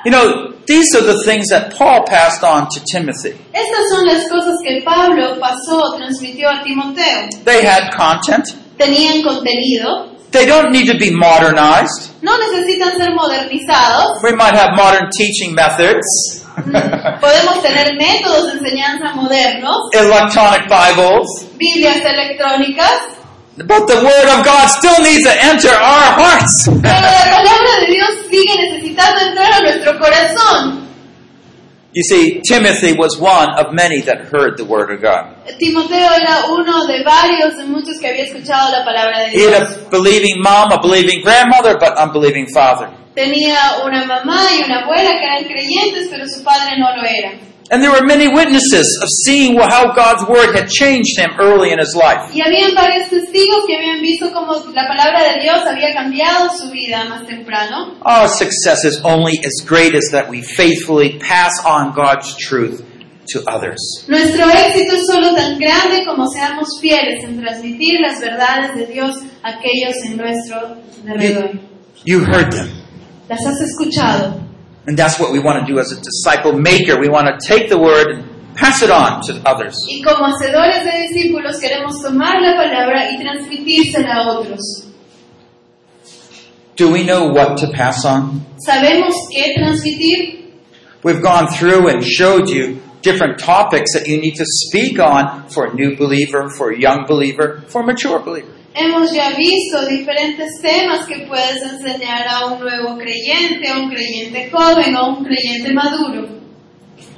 You know, these are the things that Paul passed on to Timothy. Estas son las cosas que Pablo pasó, transmitió a Timoteo. They had content. Tenían contenido. They don't need to be modernized. No necesitan ser modernizados. We might have modern teaching methods. Podemos tener métodos de enseñanza modernos, Electronic Bibles. Biblias electrónicas, But the Word of God still needs to enter our hearts. pero la palabra de Dios sigue necesitando entrar a nuestro corazón. you see, Timothy was one of many that heard the Word of God. Timoteo era uno de varios, de muchos que había escuchado la palabra de He had Dios. a believing mom, a believing grandmother, but unbelieving father. Tenía una mamá y una abuela que eran creyentes, pero su padre no lo era. And there were many witnesses of seeing how God's Word had changed him early in his life. Y habían varios testigos que habían visto cómo la palabra de Dios había cambiado su vida más temprano. Our success is only as great as that we faithfully pass on God's truth to others. Nuestro éxito es solo tan grande como seamos fieles en transmitir las verdades de Dios a aquellos en nuestro alrededor. You, you heard them. ¿Las has escuchado? And that's what we want to do as a disciple maker. We want to take the Word and pass it on to others. Y como hacedores de discípulos queremos tomar la palabra y transmitírsela a otros. Do we know what to pass on? Sabemos qué transmitir. We've gone through and showed you different topics that you need to speak on for a new believer, for a young believer, for a mature believer. Hemos ya visto diferentes temas que puedes enseñar a un nuevo creyente, a un creyente joven, a un creyente maduro.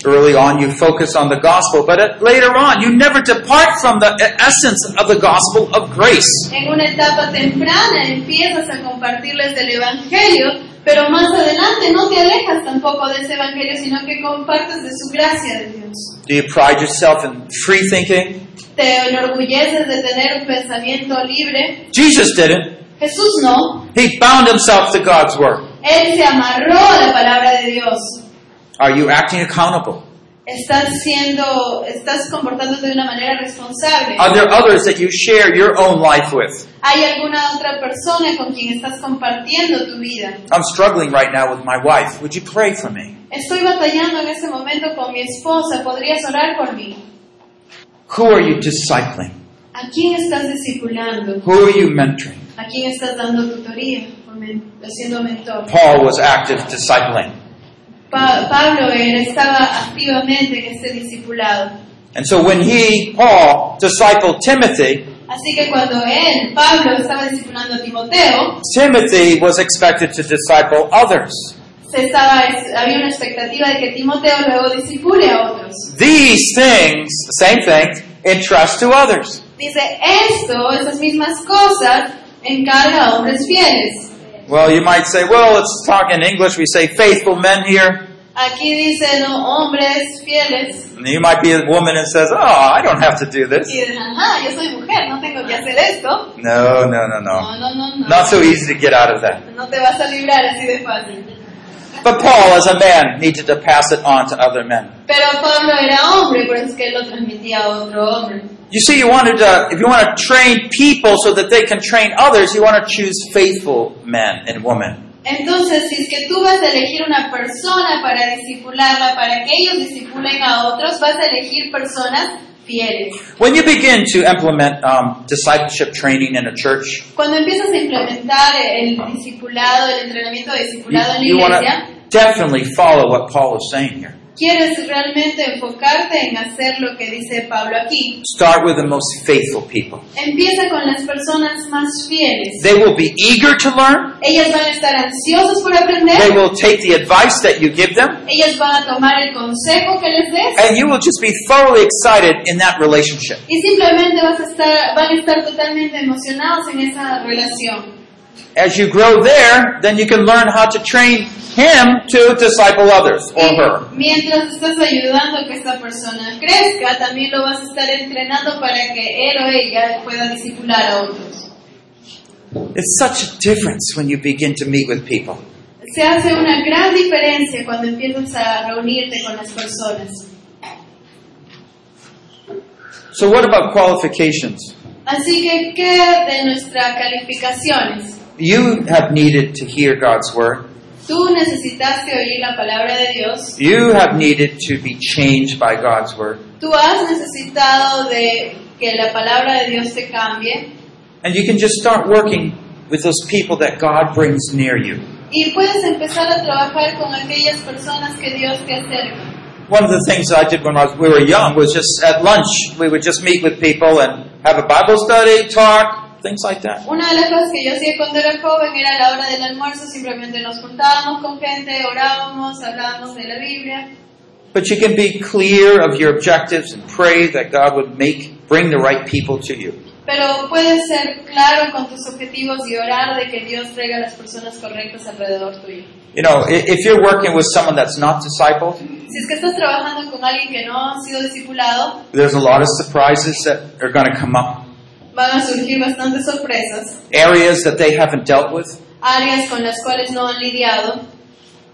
Early on, you focus on the gospel, but at- later on, you never depart from the essence of the gospel of grace. En una etapa temprana empiezas a compartirles del Evangelio, pero más adelante no te alejas tampoco de ese Evangelio, sino que compartes de su gracia de Dios. Do you pride yourself in free thinking? Te enorgulleces de tener un pensamiento libre. Jesus didn't. Jesús no. He bound himself to God's word. Él se amarró a la palabra de Dios. Are you acting accountable? Estás siendo, estás comportándote de una manera responsable. Are there others that you share your own life with? ¿Hay alguna otra persona con quien estás compartiendo tu vida? I'm struggling right now with my wife. Would you pray for me? Estoy batallando en este momento con mi esposa. ¿Podrías orar por mí? Who are you discipling? ¿A quién estás discipulando? Who are you mentoring? ¿A quién estás dando tutoría? O men- Siendo mentor. Paul was active discipling. Pa- Pablo él estaba activamente en este discipulado. And so when he, Paul, discipled Timothy, Así que cuando él, Pablo, estaba discipulando a Timoteo, Timothy was expected to disciple others. se estaba, es- había una expectativa de que Timoteo luego discipule a otros. These things, same things, entrust to others. Dice, esto, esas mismas cosas, encarga a hombres fieles. Well, you might say, well, let's talk in English. We say faithful men here. Aquí dice, no, hombres fieles. And you might be a woman and says, oh, I don't have to do this. Y dicen, ajá, yo soy mujer, no tengo que hacer esto. No, no, no, no. No, no, no, no. Not so easy to get out of that. No te vas a librar así de fácil. But Paul, as a man, needed to pass it on to other men. Pero Pablo era hombre, por eso es que él lo transmitía a otro hombre. You see, you wanted to, if you want to train people so that they can train others, you want to choose faithful men and women. Entonces, si es que tú vas a elegir una persona para discipularla, para que ellos discipulen a otros, vas a elegir personas fieles. When you begin to implement um, discipleship training in a church, Cuando empiezas a implementar el discipulado, el entrenamiento de you, discipulado en la you want iglesia, to definitely follow what Paul is saying here. quieres realmente enfocarte en hacer lo que dice Pablo aquí. Start with the most faithful people. Empieza con las personas más fieles. They will be eager to learn. Ellas van a estar ansiosas por They aprender. will take the advice that you give them. Ellas van a tomar el consejo que les des. And you will just be thoroughly excited in that relationship. y simplemente vas a estar, van a estar totalmente emocionados en esa relación. As you grow there, then you can learn how to train him to disciple others or her. Y mientras estás ayudando a que esta persona crezca, también lo vas a estar entrenando para que él o ella pueda discipular a otros. It's such a difference when you begin to meet with people. Se hace una gran diferencia cuando empiezas a reunirte con las personas. So, what about qualifications? Así que, ¿qué de nuestras calificaciones? You have needed to hear God's word. Tú necesitaste oír la palabra de Dios. You have needed to be changed by God's word. Tú has necesitado de que la palabra de Dios te cambie. And you can just start working with those people that God brings near you. Y puedes empezar a trabajar con aquellas personas que Dios te acerca. One of the things that I did when I was, we were young was just at lunch, we would just meet with people and have a Bible study, talk, things like that. Una de las cosas que yo hacía cuando era joven era la hora del almuerzo, simplemente nos juntábamos con gente, orábamos, hablábamos de la Biblia. But you can be clear of your objectives and pray that God would make bring the right people to you. Pero puedes ser claro con tus objetivos y orar de que Dios traiga las personas correctas alrededor tuyo. You know, i- if you're working with someone that's not discipled, Si es que estás trabajando con alguien que no ha sido discipulado, there's a lot of surprises that are going to come up. van a surgir bastantes sorpresas, Areas that they haven't dealt with. áreas con las cuales no han lidiado.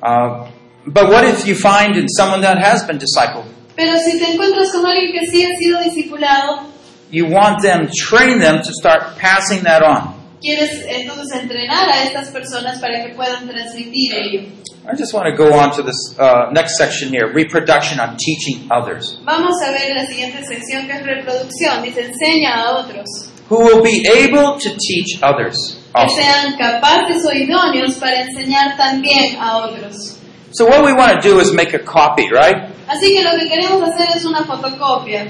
Uh, but what if you find in someone that has been discipled? Pero si te encuentras con alguien que sí ha sido discipulado, You want them, train them to start passing that on. quieres entonces entrenar a estas personas para que puedan transmitir ello. I just want to go on to this uh, next section here reproduction on teaching others. Vamos a ver la siguiente sección que es reproducción. Dice, enseña a otros. Who will be able to teach others Que also. sean capaces o idóneos para enseñar también a otros. So, what we want to do is make a copy, right? Así que lo que queremos hacer es una fotocopia.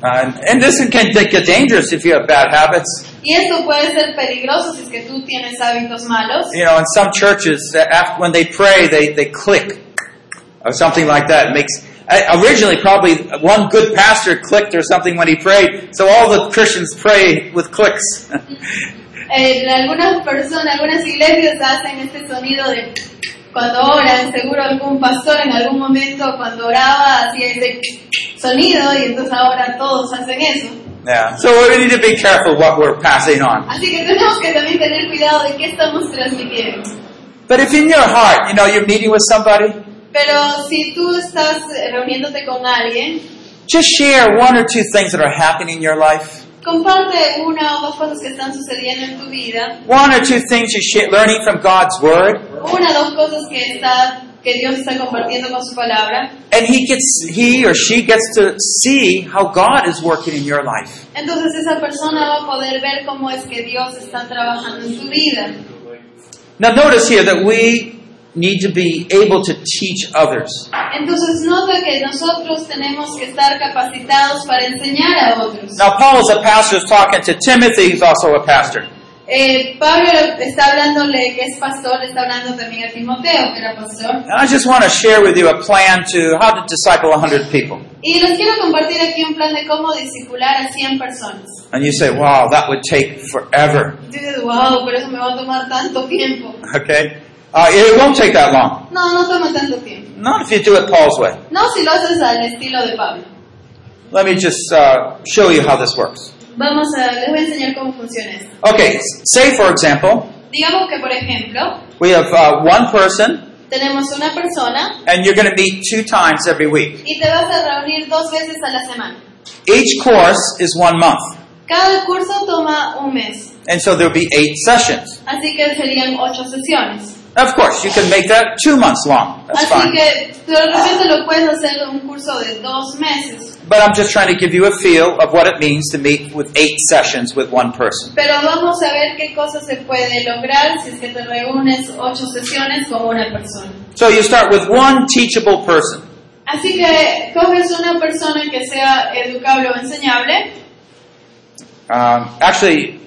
Um, and this can get dangerous if you have bad habits. Y esto puede ser peligroso si es que tú tienes hábitos malos. You know, in some churches, uh, af when they pray, they, they click or something like that. It makes uh, Originally, probably one good pastor clicked or something when he prayed, so all the Christians pray with clicks. Eh, algunas personas, algunas iglesias hacen este sonido de cuando oran, seguro algún pastor en algún momento cuando oraba hacía ese sonido y entonces ahora todos hacen eso. yeah. So, we need to be careful what we're passing on. Así que tenemos que también tener cuidado de qué estamos transmitiendo. But if in your heart, you know, you're meeting with somebody, Pero si tú estás eh, reuniéndote con alguien, just share one or two things that are happening in your life. comparte una o dos cosas que están sucediendo en tu vida, One or two things you're sh- learning from God's Word. una o dos cosas que está que Dios está compartiendo con su palabra. And he gets, he or she gets to see how God is working in your life. Entonces esa persona va a poder ver cómo es que Dios está trabajando en su vida. Now notice here that we need to be able to teach others. Entonces nota que nosotros tenemos que estar capacitados para enseñar a otros. Now Paul is a pastor, is talking to Timothy, he's also a pastor. Eh, Pablo está hablándole que es pastor, está hablando también a Timoteo, que era pastor. And I just want to share with you a plan to how to disciple 100 people. Y les quiero compartir aquí un plan de cómo discipular a 100 personas. And you say, wow, that would take forever. Y tú dices, wow, pero eso me va a tomar tanto tiempo. Okay? Uh, it won't take that long. No, no toma tanto tiempo. Not if you do it Paul's way. No si lo haces al estilo de Pablo. Let me just uh, show you how this works. Vamos a, les voy a enseñar cómo funciona esto. Okay, s- say for example, Digamos que, por ejemplo, we have uh, one person, tenemos una persona and you're going to meet two times every week. y te vas a reunir dos veces a la semana. Each course is one month, Cada curso toma un mes, and so there'll be eight sessions. así que serían ocho sesiones. Of course, you can make that two months long. That's así fine. que de repente lo puedes hacer un curso de dos meses, But I'm just trying to give you a feel of what it means to meet with eight sessions with one person. pero vamos a ver qué cosas se puede lograr si es que te reúnes ocho sesiones con una persona. So you start with one teachable person. Así que coges una persona que sea educable o enseñable. Um, actually,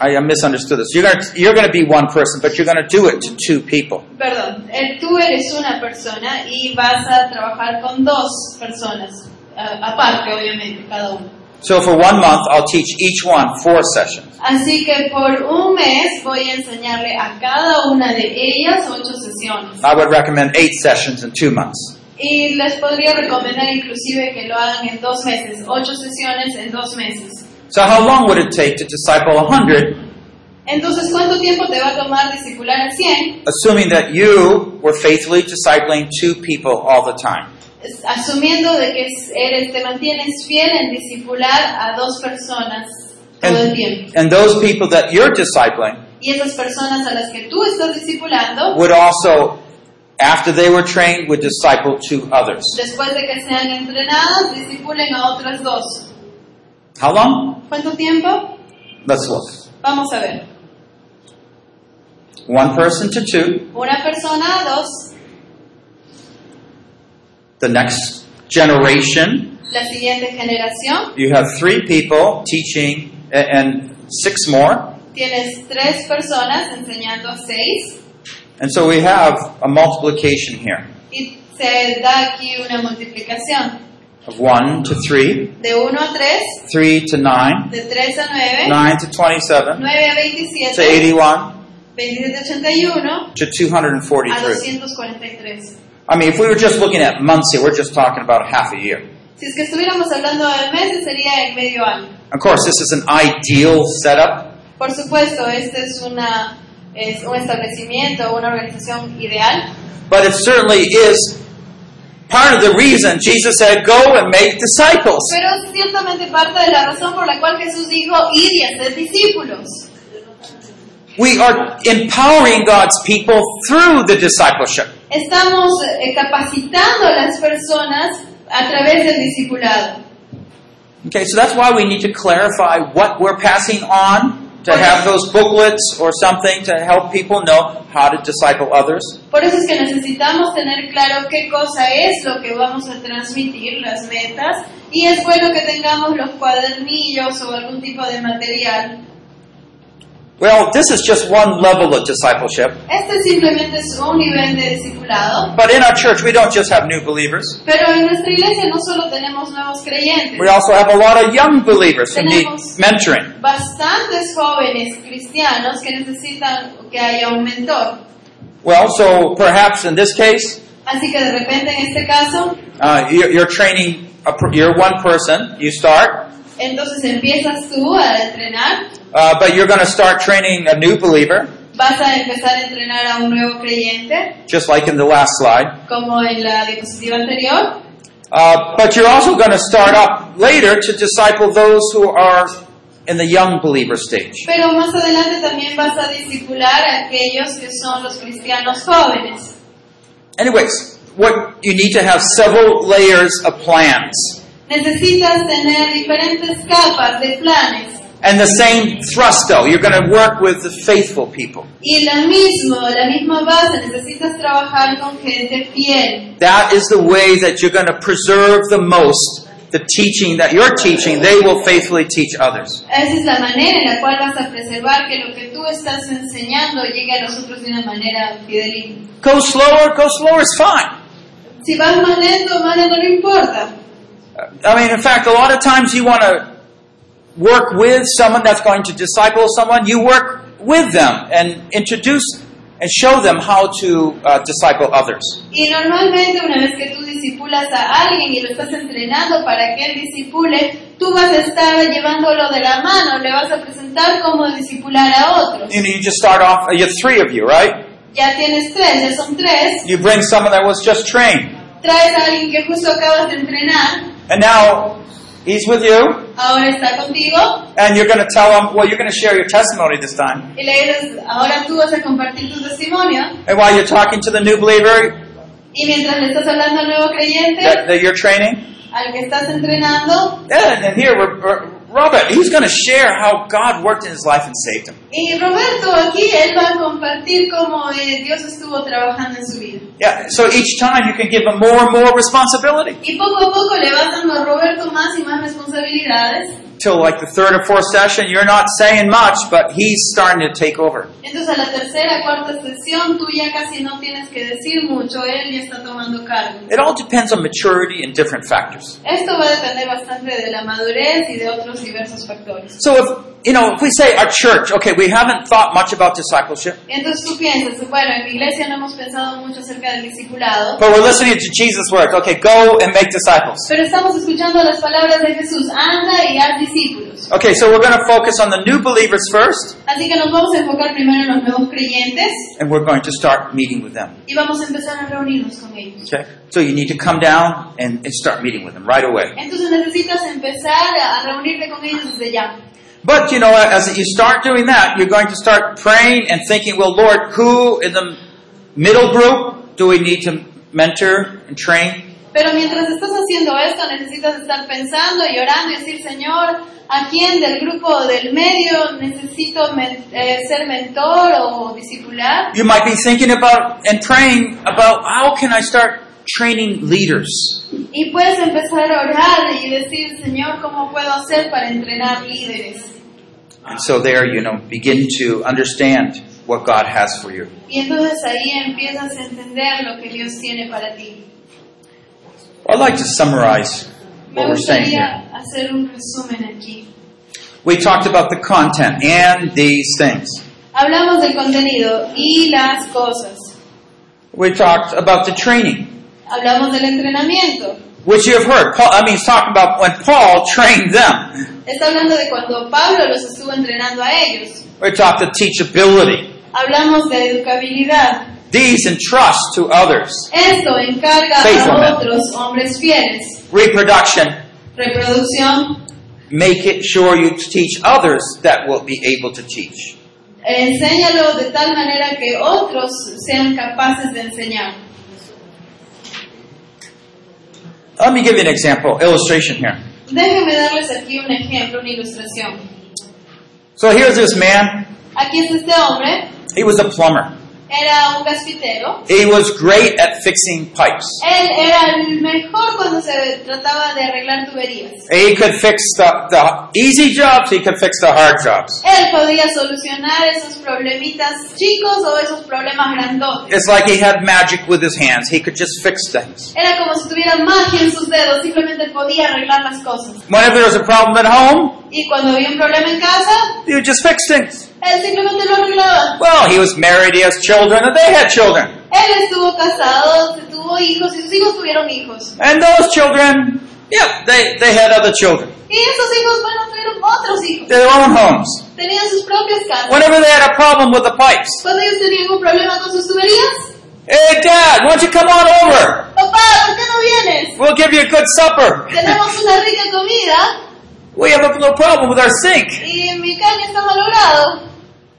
I I misunderstood this. You're going to you're going to be one person, but you're going to do it to two people. Perdón, eh, tú eres una persona y vas a trabajar con dos personas, a- aparte obviamente, cada uno. So for one month, I'll teach each one four sessions. Así que por un mes voy a enseñarle a cada una de ellas ocho sesiones. I would recommend eight sessions in two months. Y les podría recomendar inclusive que lo hagan en dos meses, ocho sesiones en dos meses. So how long would it take to disciple 100, Entonces, ¿cuánto tiempo te va a tomar discipular a 100? assuming that you were faithfully discipling two people all the time? Es- Asumiendo de que es- eres, te mantienes fiel en discipular a dos personas todo el tiempo. And, and those people that you're discipling Y esas personas a las que tú estás discipulando, would also, after they were trained, would disciple two others. después de que sean entrenadas, discipulen a otras dos. How long? ¿Cuánto tiempo? Let's look. Vamos a ver. One person to two. Una persona, dos, the next generation. la siguiente generación. You have three people teaching a- and six more. Tienes tres personas enseñando a seis And so we have a multiplication here y se da aquí una multiplicación of one to three, de 1 a 3, three to nine, de 3 a 9, nine to 27, 9 a to 27, 81, 27 a 81 to a 243. 243. I mean, if we were just looking at months here, we're just talking about half a year. Si es que estuviéramos hablando de meses sería el medio año. Of course, this is an ideal setup, Por supuesto, este es una es un establecimiento, una organización ideal, but it certainly is part of the reason Jesus said, Go and make disciples. pero es ciertamente parte de la razón por la cual Jesús dijo, id y haced discípulos. we are empowering God's people through the discipleship. Estamos eh, capacitando a las personas a través del discipulado. Okay, so that's why we need to clarify what we're passing on to have those booklets or something to help people know how to disciple others. Por eso es que necesitamos tener claro qué cosa es lo que vamos a transmitir, las metas, y es bueno que tengamos los cuadernillos o algún tipo de material. Well, this is just one level of discipleship. Este simplemente es un nivel de discipulado, But in our church, we don't just have new believers. pero en nuestra iglesia no solo tenemos nuevos creyentes, We also have a lot of young believers who need Tenemos. mentoring. bastantes jóvenes cristianos que necesitan que haya un mentor. Well, so perhaps in this case, Así que de repente en este caso, uh, you're, you're training, a, per- you're one person, you start, entonces empiezas tú a entrenar, uh, but you're going to start training a new believer, vas a empezar a entrenar a un nuevo creyente, just like in the last slide. como en la diapositiva anterior, Uh, but you're also going to start up later to disciple those who are in the young believer stage. pero más adelante también vas a discipular a aquellos que son los cristianos jóvenes. Anyways, what you need to have several layers of plans. Necesitas tener diferentes capas de planes And the same thrust, though. You're going to work with the faithful people. y la mismo, la misma base, necesitas trabajar con gente fiel. That is the way that you're going to preserve the most the teaching that you're teaching. They will faithfully teach others. Esa es la manera en la cual vas a preservar que lo que tú estás enseñando llegue a nosotros de una manera fideligna. Go slower, go slower is fine. Si vas más lento, más lento no importa. I mean, in fact, a lot of times you want to work with someone that's going to disciple someone. You work with them and introduce and show them how to uh, disciple others. Y normalmente una vez que tú discipulas a alguien y lo estás entrenando para que él disipule, tú vas a estar llevándolo de la mano, le vas a presentar cómo disipular a otros. You know, you just start off, you have three of you, right? Ya tienes tres, ya son tres. You bring someone that was just trained. Traes a alguien que justo acabas de entrenar, And now he's with you. ahora está contigo, And you're going to tell them, well, you're going to share your testimony this time. y le dices, ahora tú vas a compartir tu testimonio, And while you're talking to the new believer y mientras le estás hablando al nuevo that, creyente, that you're training, al que estás entrenando, yeah, and here, we're, we're- Robert, he's going to share how God worked in his life and saved him. y Roberto aquí, él va a compartir cómo eh, Dios estuvo trabajando en su vida. Yeah, so each time you can give him more and more responsibility. Y poco a poco le vas dando a Roberto más y más responsabilidades. Till like the third or fourth session, you're not saying much, but he's starting to take over. Entonces a la tercera, cuarta sesión tú ya casi no tienes que decir mucho, él ya está tomando cargo. It all depends on maturity and different factors. Esto va a depender bastante de la madurez y de otros diversos factores. So if, you know, if we say our church, okay, we haven't thought much about discipleship, Entonces tú piensas, bueno, en mi iglesia no hemos pensado mucho acerca del discipulado, But we're listening to Jesus' words. Okay, go and make disciples. pero estamos escuchando las palabras de Jesús, anda y haz discípulos. Okay, so we're going to focus on the new believers first, Así que nos vamos a enfocar primero en los nuevos creyentes and we're going to start meeting with them. y vamos a empezar a reunirnos con ellos. Okay? So you need to come down and, and start meeting with them right away. Entonces necesitas empezar a reunirte con ellos desde ya. But, you know, as you start doing that, you're going to start praying and thinking, well, Lord, who in the middle group do we need to mentor and train? Pero mientras estás haciendo esto, necesitas estar pensando y orando y decir, Señor, ¿a quién del grupo del medio necesito men- eh, ser mentor o discipular? You might be thinking about and praying about how can I start training leaders? Y puedes empezar a orar y decir, Señor, ¿cómo puedo hacer para entrenar líderes? And so there, you know, begin to understand what God has for you. Y entonces ahí empiezas a entender lo que Dios tiene para ti. I'd like to summarize Me what we're saying here. gustaría hacer un resumen aquí. We talked about the content and these things. Hablamos del contenido y las cosas. We talked about the training, Hablamos del entrenamiento. which you have heard. Paul, I mean, he's talking about when Paul trained them. Está hablando de cuando Pablo los estuvo entrenando a ellos. We talked the teachability, Hablamos de educabilidad. these and trust to others, Esto encarga Faithfulness. a otros hombres fieles. reproduction. Reproducción. Make it sure you teach others that will be able to teach. Enséñalo de tal manera que otros sean capaces de enseñar. Let me give you an example, illustration here. Déjenme darles aquí un ejemplo, una ilustración. So here's this man. Aquí está este hombre, He was a plumber. era un gasfitero. He was great at fixing pipes. Él era el mejor cuando se trataba de arreglar tuberías. He could fix the, the easy jobs, he could fix the hard jobs. Él podía solucionar esos problemitas chicos o esos problemas grandotes. It's like he had magic with his hands. He could just fix things. Era como si tuviera magia en sus dedos, simplemente podía arreglar las cosas. Whenever there was a problem at home, Y cuando había un problema en casa, he would just fix things. él simplemente lo arreglaba. Well, he was married, he has children, and they had children. Él estuvo casado, se tuvo hijos y sus hijos tuvieron hijos. And those children, yeah, they, they had other children. Y esos hijos, bueno, tuvieron otros hijos. Their own homes. Tenían sus propias casas. Whenever they had a problem with the pipes, Cuando ellos tenían un problema con sus tuberías, hey, Dad, why don't you come on over? papá, ¿por qué no vienes? We'll give you a good supper. Tenemos una rica comida We have a little problem with our sink. y mi caño está malogrado.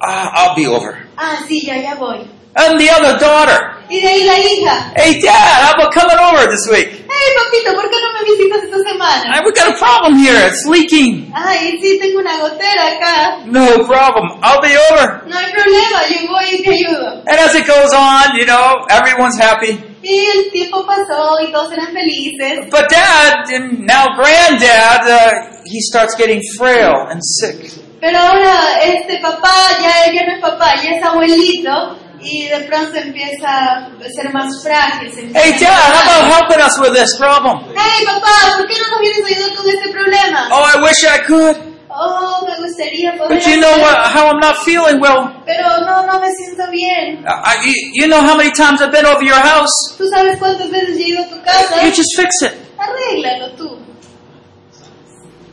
Ah, I'll be over. Ah, sí, ya, ya voy. And the other daughter, Y de ahí la hija. hey, Dad, how about coming over this week? Hey, papito, ¿por qué no me visitas esta semana? Ah, we got a problem here. It's leaking. Ay, sí, tengo una gotera acá. No problem. I'll be over. No hay problema, yo voy y te ayudo. And as it goes on, you know, everyone's happy. Y el tiempo pasó y todos eran felices. But dad, and now granddad, uh, he starts getting frail and sick. Pero ahora este papá ya, ya no es papá, ya es abuelito. Y de pronto empieza a ser más frágil. se empieza Hey a dad, how enfermar. about helping us with this problem? Hey papá, ¿por qué no nos vienes a ayudar con este problema? Oh, I wish I could. Oh, me gustaría poder. But you know hacer- what, how I'm not feeling well. Pero no, no me siento bien. I, you, you know how many times I've been over your house? Tú sabes cuántas veces yo he ido a tu casa. You just fix it. Arréglalo tú.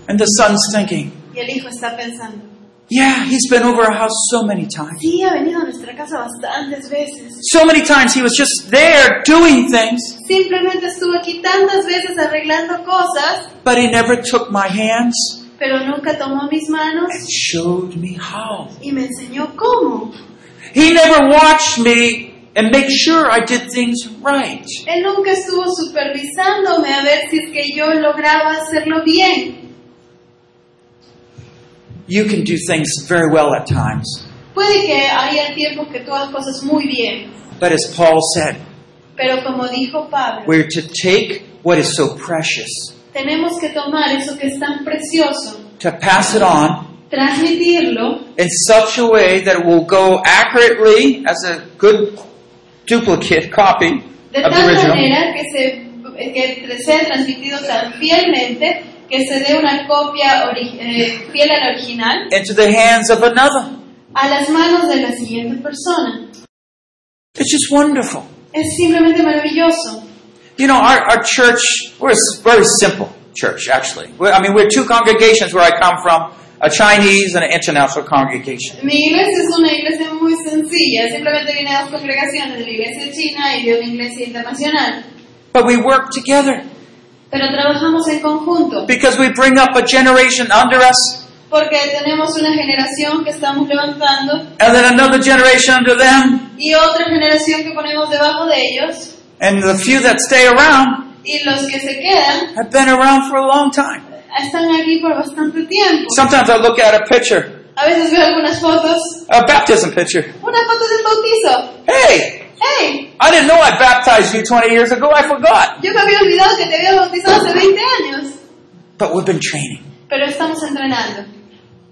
And the son's thinking, Y el hijo está pensando. yeah, he's been over our house so many times. Sí, ha venido a nuestra casa bastantes veces. So many times he was just there doing things, Simplemente estuvo aquí tantas veces arreglando cosas, but he never took my hands pero nunca tomó mis manos and showed me how. y me enseñó cómo. He never watched me and make sure I did things right. Él nunca estuvo supervisándome a ver si es que yo lograba hacerlo bien. You can do things very well at times, Puede que haya tiempos que tú hagas cosas muy bien, but as Paul said, pero como dijo Pablo, we're to take what is so precious, tenemos que tomar eso que es tan precioso, to pass it on transmitirlo in such a way that it will go accurately as a good duplicate copy De of tal the original. manera que, se, que sea transmitido tan fielmente que se dé una copia ori- eh, fiel al original Into the hands of another. a las manos de la siguiente persona. It's just wonderful. Es simplemente maravilloso. You know, our, our church, we're a s- very simple church, actually. We're, I mean, we're two congregations where I come from, a Chinese and an international congregation. Mi iglesia es una iglesia muy sencilla, simplemente viene de dos congregaciones, de la iglesia china y de una iglesia internacional. But we work together Pero trabajamos en conjunto, because we bring up a generation under us porque tenemos una generación que estamos levantando and then another generation under them. y otra generación que ponemos debajo de ellos, And the few that stay around y los que se quedan have been around for a long time. están aquí por bastante tiempo. Sometimes I look at a picture, A veces veo algunas fotos, a baptism picture. una foto de bautizo. Hey, ¡Hey! I didn't know I baptized you 20 years ago. I forgot. Yo me había olvidado que te había bautizado hace 20 años. But we've been training. Pero estamos entrenando.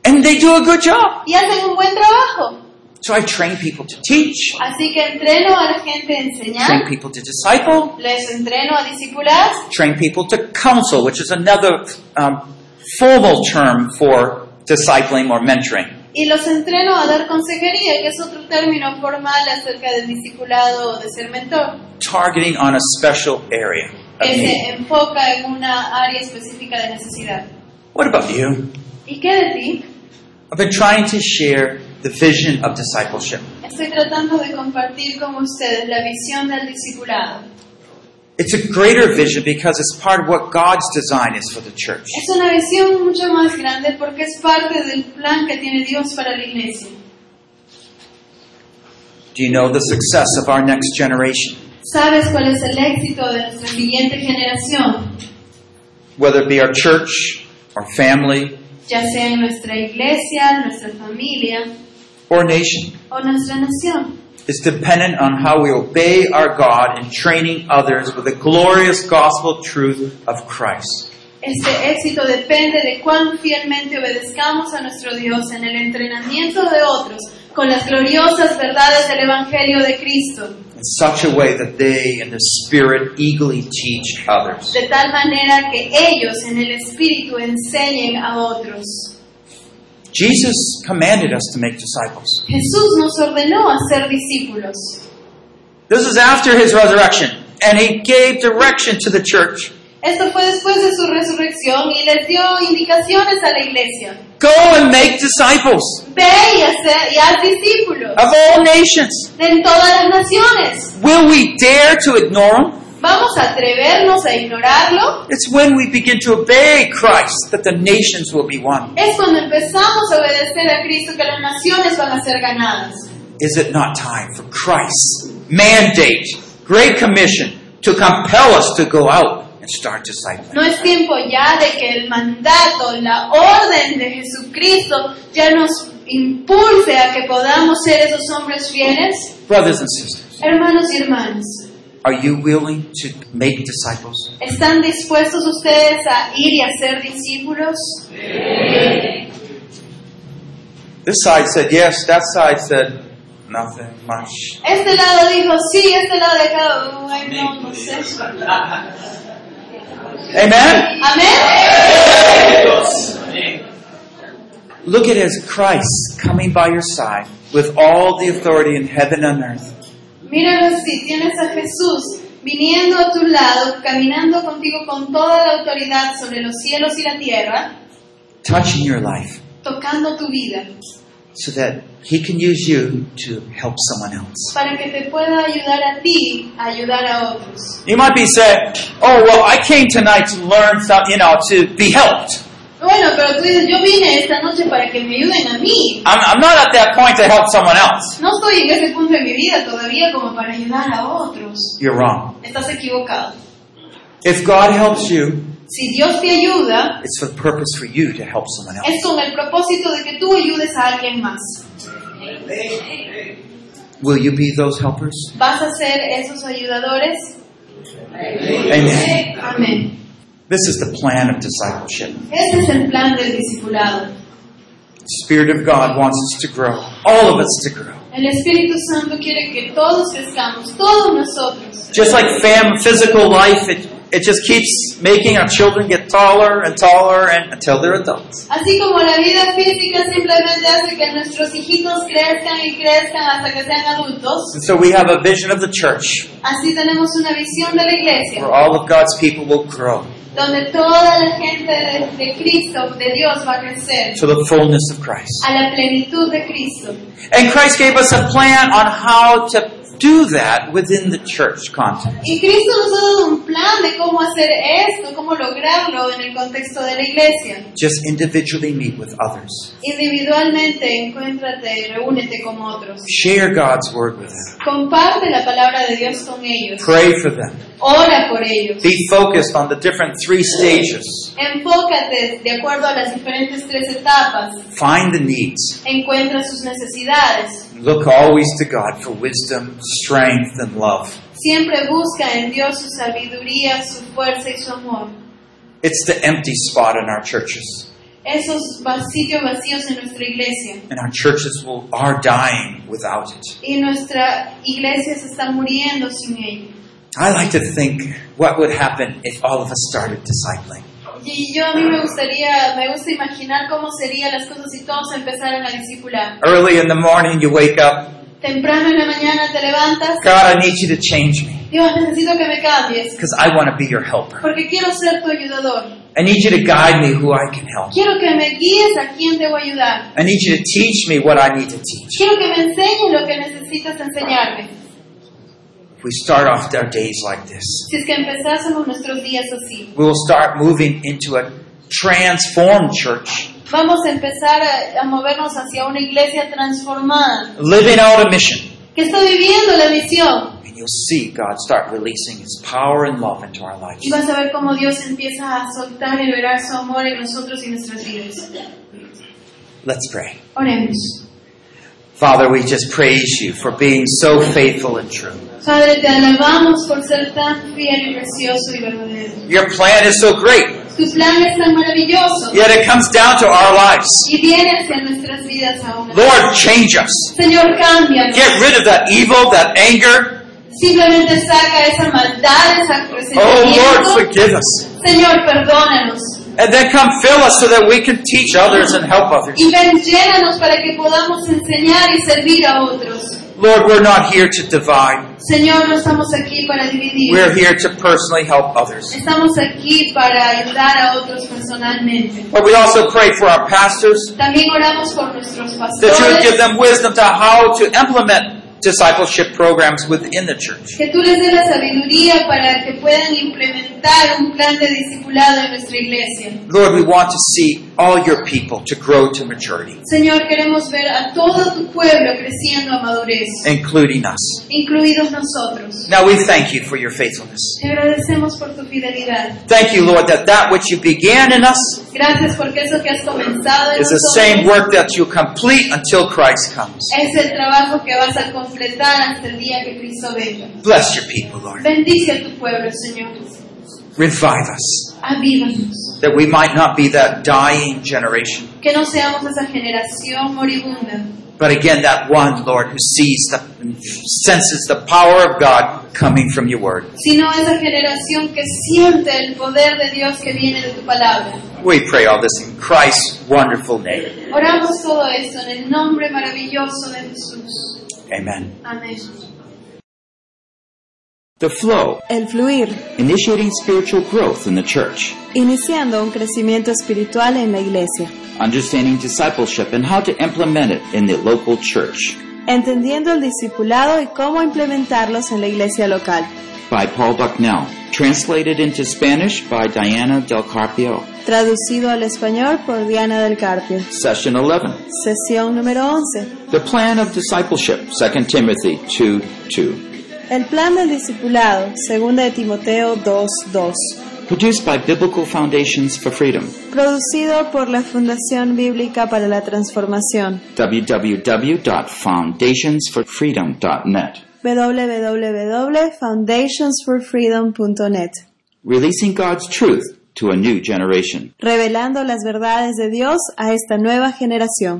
And they do a good job. Y hacen un buen trabajo. So I train people to teach, Así que entreno a la gente a train enseñar, people to disciple, les entreno a discipular train people to counsel, which is another um, formal term for discipling or mentoring. y los entreno a dar consejería, que es otro término formal acerca del discipulado o de ser mentor, Targeting on a special area. of que need. se enfoca en una área específica de necesidad. What about you? ¿Y qué de ti? I've been trying to share the vision of discipleship. Estoy tratando de compartir con ustedes la visión del discipulado. It's a greater vision because it's part of what God's design is for the church. Es una visión mucho más grande porque es parte del plan que tiene Dios para la iglesia. Do you know the success of our next generation? ¿Sabes cuál es el éxito de nuestra siguiente generación? Whether it be our church, our family, Ya sea en nuestra iglesia, nuestra familia or nation, o nuestra nación. is dependent on how we obey our God in training others with the glorious gospel truth of Christ. Este éxito depende de cuán fielmente obedezcamos a nuestro Dios en el entrenamiento de otros con las gloriosas verdades del Evangelio de Cristo, in such a way that they, in the Spirit, eagerly teach others. de tal manera que ellos en el Espíritu enseñen a otros. Jesus commanded us to make disciples. Jesús nos ordenó a ser discípulos. This is after his resurrection, and he gave direction to the church. Esto fue después de su resurrección y les dio indicaciones a la iglesia. Go and make disciples Ve y, hace- y haz discípulos of all nations. de en todas las naciones. Will we dare to ignore him? ¿Vamos a atrevernos a ignorarlo? It's when we begin to obey Christ that the nations will be won. Es cuando empezamos a obedecer a Cristo que las naciones van a ser ganadas. Is it not time for Christ's mandate, great commission, to compel us to go out and start discipling? No es tiempo ya de que el mandato, la orden de Jesucristo ya nos impulse a que podamos ser esos hombres fieles. Brothers and sisters. Hermanos y hermanas, Are you willing to make disciples? ¿Están dispuestos ustedes a ir y a ser discípulos? This side said yes, that side said nothing much. Este lado dijo sí, este lado dijo, ay, no, no sé. Amen? Amén. Look at it as Christ coming by your side with all the authority in heaven and earth. Míralo así, tienes a Jesús viniendo a tu lado, caminando contigo con toda la autoridad sobre los cielos y la tierra, Touching your life tocando tu vida so that He can use you to help someone else. para que te pueda ayudar a ti a ayudar a otros. You might be saying, oh, well, I came tonight to learn something, you know, to be helped. Bueno, pero tú dices, yo vine esta noche para que me ayuden a mí. I'm, I'm not at that point to help someone else. No estoy en ese punto de mi vida todavía como para ayudar a otros. You're wrong. Estás equivocado. If God helps you, Si Dios te ayuda, it's for the purpose for you to help someone else. es con el propósito de que tú ayudes a alguien más. Will you be those helpers? ¿Vas a ser esos ayudadores? Amen. Amén. This is the plan of discipleship. Ese es el plan del discipulado. The Spirit of God wants us to grow, all of us to grow. El Espíritu Santo quiere que todos crezcamos, todos nosotros. Just like fam, physical life, it, it just keeps making our children get taller and taller and until they're adults. Así como la vida física simplemente hace que nuestros hijitos crezcan y crezcan hasta que sean adultos, And so we have a vision of the church así tenemos una visión de la iglesia. where all of God's people will grow donde toda la gente de, de Cristo, de Dios, va a crecer to the fullness of Christ. a la plenitud de Cristo. And Christ gave us a plan on how to do that within the church context. Y Cristo nos ha dado un plan de cómo hacer esto, cómo lograrlo en el contexto de la iglesia. Just individually meet with others. Individualmente, encuéntrate, reúnete con otros. Share God's word with them. Comparte la palabra de Dios con ellos. Pray for them. Ora por ellos. Be focused on the different three stages. Enfócate de acuerdo a las diferentes tres etapas. Find the needs. Encuentra sus necesidades. Look always to God for wisdom, strength, and love. Siempre busca en Dios su sabiduría, su fuerza y su amor. It's the empty spot in our churches. esos va- sitios vacíos en nuestra iglesia. And our churches will, are dying without it. Y nuestra iglesia se está muriendo sin ello. I like to think what would happen if all of us started discipling. Y yo a mí me gustaría, me gusta imaginar cómo serían las cosas si todos empezaran a discipular. Early in the morning, you wake up. Temprano en la mañana te levantas, God, I need you to change me Dios, necesito que me cambies, because I want to be your helper. porque quiero ser tu ayudador. I need you to guide me who I can help. Quiero que me guíes a quién debo ayudar. I need you to teach me what I need to teach. Quiero que me enseñes lo que necesitas enseñarme. If we start off our days like this, Si es que empezásemos nuestros días así, we will start moving into a transformed church, vamos a empezar a, a movernos hacia una iglesia transformada, living out a mission. que está viviendo la misión. And you'll see God start releasing His power and love into our lives. Y vas a ver cómo Dios empieza a soltar y liberar su amor en nosotros y en nuestras vidas. Let's pray. Oremos. Father, we just praise you for being so faithful and true. Padre, te alabamos por ser tan fiel y precioso y verdadero. Your plan is so great, Tu plan es tan maravilloso yet it comes down to our lives. y viene hacia nuestras vidas aún. Lord, change us. Señor, cambia. Get rid of that evil, that anger. Simplemente saca esa maldad, esa Oh, resentimiento. Lord, forgive us. Señor, perdónanos. And then come fill us so that we can teach others and help others. Y ven, llénanos para que podamos enseñar y servir a otros. Lord, we're not here to divide. Señor, no estamos aquí para dividir. We're here to personally help others. Estamos aquí para ayudar a otros personalmente. But we also pray for our pastors También oramos por nuestros that you would give pastores. them wisdom to how to implement discipleship programs within the church. Que tú les des la sabiduría para que puedan implementar un plan de discipulado en nuestra iglesia. Lord, we want to see all your people to grow to maturity, Señor, queremos ver a todo tu pueblo creciendo a madurez, including us. incluidos nosotros. Now we thank you for your faithfulness. Te agradecemos por tu fidelidad. Thank you, Lord, that that which you began in us Gracias porque eso que has comenzado en is the nosotros same work that you complete until Christ comes. es el trabajo que vas a completar hasta el día que Cristo venga. Bless your people, Lord. Bendice a tu pueblo, Señor. Revive us, Avívanos. that we might not be that dying generation, Que no seamos esa generación moribunda, but again that one, Lord, who sees the senses the power of God coming from your word. sino esa generación que siente el poder de Dios que viene de tu palabra. We pray all this in Christ's wonderful name. Oramos todo esto en el nombre maravilloso de Jesús. Amen. Amén. The flow, El fluir, initiating spiritual growth in the church, iniciando un crecimiento espiritual en la iglesia, understanding discipleship and how to implement it in the local church entendiendo el discipulado y cómo implementarlos en la iglesia local. by Paul Bucknell, translated into Spanish by Diana Del Carpio. Traducido al español por Diana del Carpio. Session 11. Sesión número 11. The plan of discipleship, 2 Timothy 2 2. El plan del discipulado, segunda de Timoteo 2.2. Produced by Biblical Foundations for Freedom, Producido por la Fundación Bíblica para la Transformación, www.foundationsforfreedom.net. www.foundationsforfreedom.net. Releasing God's truth to a new generation. Revelando las verdades de Dios a esta nueva generación.